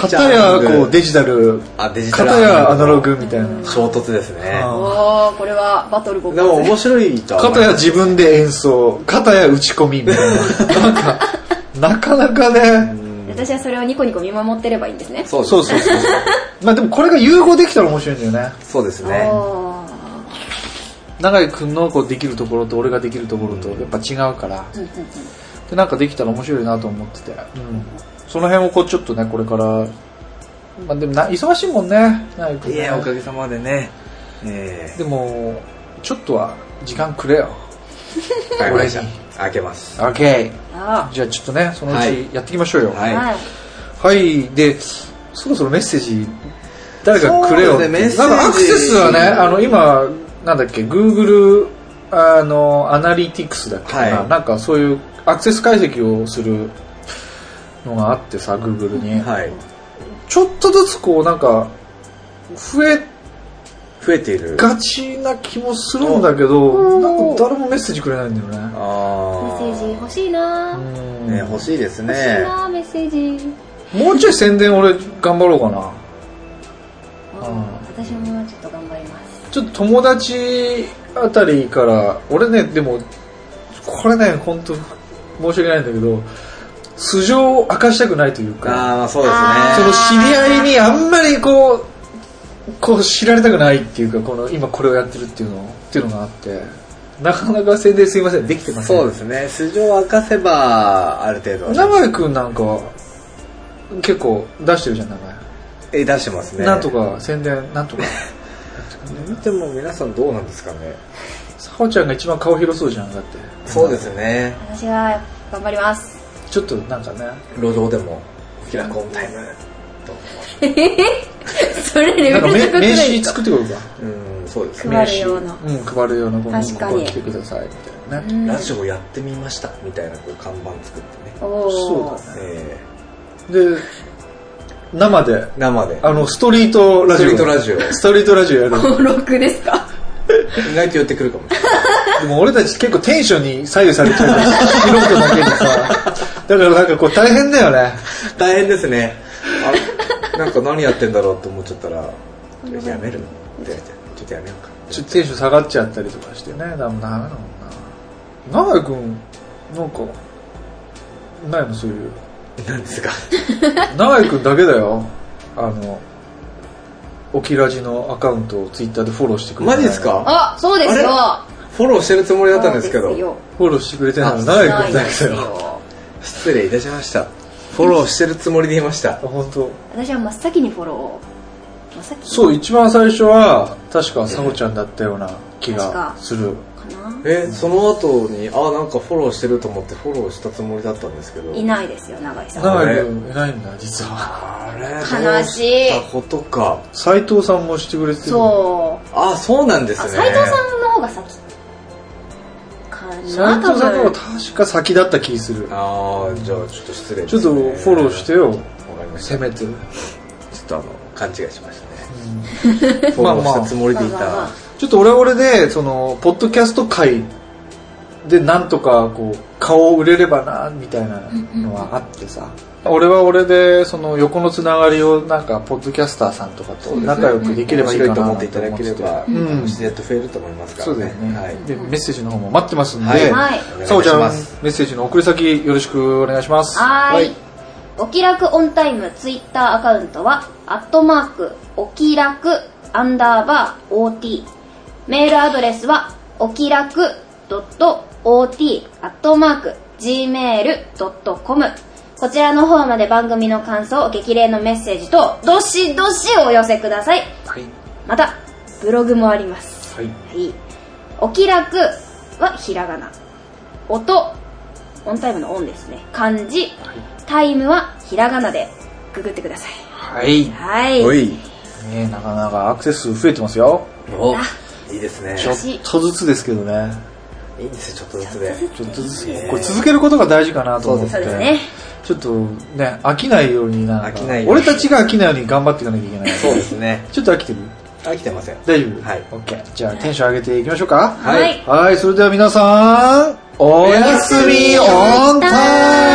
Speaker 5: 片やこうデジタル
Speaker 4: あデジタル
Speaker 5: 片やアナログみたいな
Speaker 4: 衝突ですね
Speaker 5: あ
Speaker 2: おーこれはバトル僕
Speaker 4: でも面白いとは思
Speaker 5: 片
Speaker 4: い
Speaker 5: や
Speaker 4: ます
Speaker 5: 自分で演奏片や打ち込みみたいななんかなかなかね
Speaker 2: 私はそれをニコニコ見守ってればいいんですね
Speaker 4: そう
Speaker 5: そう
Speaker 4: です
Speaker 5: そう
Speaker 4: ね
Speaker 5: そうまあでもこれが融合できたら面白いんだよね
Speaker 4: そうです
Speaker 2: お
Speaker 4: ね
Speaker 2: ー
Speaker 5: 永井君のこうできるところと俺ができるところとやっぱ違うから、でなんかできたら面白いなと思ってて、その辺をこうちょっとねこれからまあでもな忙しいもんね永井君
Speaker 4: い
Speaker 5: ね
Speaker 4: やおかげさまでねえ
Speaker 5: でもちょっとは時間くれよ
Speaker 4: え開けました開けます
Speaker 5: OK
Speaker 2: あ
Speaker 5: じゃあちょっとねそのう
Speaker 4: はい
Speaker 5: ちやっていきましょうよ
Speaker 4: は
Speaker 2: ー
Speaker 4: い
Speaker 2: はい
Speaker 5: はい、でそろそろメッセージ誰かくれよ
Speaker 4: そうですねメッセージ
Speaker 5: なんかアクセスはねあの今なんだっけ Google あのアナリティクスだっけな、
Speaker 4: はい
Speaker 5: なんかそういうアクセス解析をするのがあってさ Google に、
Speaker 4: はい
Speaker 5: ちょっとずつこうなんか増え
Speaker 4: 増えている
Speaker 5: がちな気もするんだけどなんか誰もメッセージくれないんだよね
Speaker 2: メッ
Speaker 4: あ
Speaker 2: セージ欲しいなー
Speaker 5: うん
Speaker 4: ね欲しいです
Speaker 2: 欲しい
Speaker 4: ね
Speaker 2: なーメッセージ
Speaker 5: もうちょい宣伝俺頑張ろうかな
Speaker 2: うん私もちょっと頑張ります
Speaker 5: ちょっと友達あたりから俺ねでもこれね本当申し訳ないんだけど素性を明かしたくないというか
Speaker 4: ああそうです
Speaker 5: そ
Speaker 4: ね
Speaker 5: の知り合いにあんまりこうこう知られたくないっていうかこの今これをやってるっていうのっていうのがあってなかなか宣伝すいませんできてません
Speaker 4: そうですね素性を明かせばある程度はね
Speaker 5: 長井君なんかは結構出してるじゃん名前、
Speaker 4: え出してますね
Speaker 5: なんとか宣伝なん とか
Speaker 4: 見ても皆さんどうなんですかね
Speaker 5: さほちゃんが一番顔広そうじゃんだって
Speaker 4: そうですね
Speaker 2: 私は頑張ります
Speaker 5: ちょっとなんかね
Speaker 4: 路上でも「開こうタイム」と
Speaker 2: それレ
Speaker 5: なん
Speaker 2: ベ
Speaker 5: か
Speaker 2: ル高
Speaker 5: め
Speaker 2: くな
Speaker 5: 名
Speaker 2: い
Speaker 5: 刺
Speaker 2: か
Speaker 5: 作ってくるか
Speaker 4: うんそうですね
Speaker 2: 配るような
Speaker 5: うん、配るようなこの
Speaker 2: 確かに
Speaker 5: ここ来てくださいみたいなね、
Speaker 4: ラジオやってみましたみたいなこう看板作ってね、
Speaker 2: おー
Speaker 5: そうだね
Speaker 4: え
Speaker 5: で生で
Speaker 4: ー、生で
Speaker 5: あのストリートラジオ
Speaker 4: ストリートラジオ
Speaker 5: ストリートラジオやる
Speaker 2: 登録ですか
Speaker 4: 意外と寄ってくるかもしれない
Speaker 5: でも俺たち結構テンションに左右されちゃ うから素人だけにさだからなんかこう大変だよね
Speaker 4: 大変ですねあなんか何やってんだろうと思っちゃったら「やめるの?」ってちょっとやめようか
Speaker 5: ちょっとテンション下がっちゃったりとかしてねだもダメだもんな長井君なんかないのそういう
Speaker 4: なんです か
Speaker 5: 長井君だけだよあのオキラジのアカウントをツイッターでフォローしてくれてな
Speaker 4: マ
Speaker 5: い
Speaker 4: ジですか
Speaker 2: あそうですよ
Speaker 4: あフォローしてるつもりだったんです
Speaker 2: そ
Speaker 4: け
Speaker 2: う
Speaker 4: ど
Speaker 2: よ
Speaker 5: フォローしてくれてないの
Speaker 4: あ
Speaker 5: 長井
Speaker 2: ない
Speaker 5: 君
Speaker 2: で
Speaker 5: だけ
Speaker 2: す
Speaker 5: だよ
Speaker 2: よ
Speaker 4: 失礼いたしましたフォローしてるつもりでいました
Speaker 5: あ本当。
Speaker 2: 私は真っ先にフォローを真っ先
Speaker 5: そう一番最初は確かサホちゃんだったような気がする
Speaker 2: かな
Speaker 4: え、その後に、あ、なんかフォローしてると思ってフォローしたつもりだったんですけど。
Speaker 2: いないですよ永井さんは
Speaker 5: 長い君いないんだ実は
Speaker 4: あれ、
Speaker 2: 悲しい
Speaker 4: どうしたことか。
Speaker 5: 斎藤さんもしてくれてる
Speaker 2: そう
Speaker 4: あ、そうなんです
Speaker 2: あ
Speaker 4: ね。
Speaker 2: 斎藤さんの方が先か
Speaker 5: 斎
Speaker 2: な多
Speaker 5: 藤さんの方が
Speaker 2: 分
Speaker 5: 確か先だった気する
Speaker 4: ああ、じゃあちょっと失礼です
Speaker 5: ちょ
Speaker 4: ね
Speaker 5: っとフォローしてよ
Speaker 4: わかりました。
Speaker 5: せめて
Speaker 4: ちょっとあの、勘違いしましたね。フォローしたつもりでい
Speaker 2: まあまあまあ
Speaker 4: た。
Speaker 5: ちょっと俺は俺でそのポッドキャスト界でなんとかこう顔を売れればなみたいなのはあってさ俺は俺でその横のつながりをなんかポッドキャスターさんとかと仲良くできればいいかな
Speaker 4: 面白と思
Speaker 5: っ
Speaker 4: ってていただければ、
Speaker 5: ん
Speaker 4: 自然と増えると思いますからね。
Speaker 5: そうだよね、
Speaker 4: はい。
Speaker 5: でメッセージの方も待ってますんで、
Speaker 4: はい
Speaker 2: はい
Speaker 4: お願い
Speaker 5: さおちゃん
Speaker 4: し
Speaker 5: メ
Speaker 4: ます
Speaker 5: ッセージの送り先よろしくお願いします
Speaker 2: はーい。お気楽オンタイムツイッターアカウントは、アットマーク、お気楽、アンダーバー、OT。メールアドレスは、お気楽、ドット、OT、アットマーク、gmail.com。こちらの方まで番組の感想、激励のメッセージと、どしどしお寄せください。
Speaker 5: はい
Speaker 2: また、ブログもあります。
Speaker 5: はい
Speaker 2: はい。お気楽はひらがな。音、オンタイムのオンですね。漢字、タイムはひらがなでググってください。
Speaker 5: はいね
Speaker 2: はい。
Speaker 4: おい。
Speaker 5: えなかなかアクセス数増えてますよ
Speaker 4: おいいですね。
Speaker 5: ちょっとずつですけどね
Speaker 4: いいんですよ、ちょっとずつで。
Speaker 5: ちょっとずつ
Speaker 4: ね
Speaker 5: これ続けることが大事かなと思って
Speaker 2: そうですね。
Speaker 5: ちょっとね飽きないようになんか
Speaker 4: 飽きないように
Speaker 5: 俺たちが飽きないように頑張っていかなきゃいけない
Speaker 4: そうですね。
Speaker 5: ちょっと飽きてる
Speaker 4: 飽きてません。
Speaker 5: 大丈夫
Speaker 4: はい
Speaker 5: OK じゃあテンション上げていきましょうか
Speaker 2: はい
Speaker 5: はいそれでは皆さんおやすみオンタイム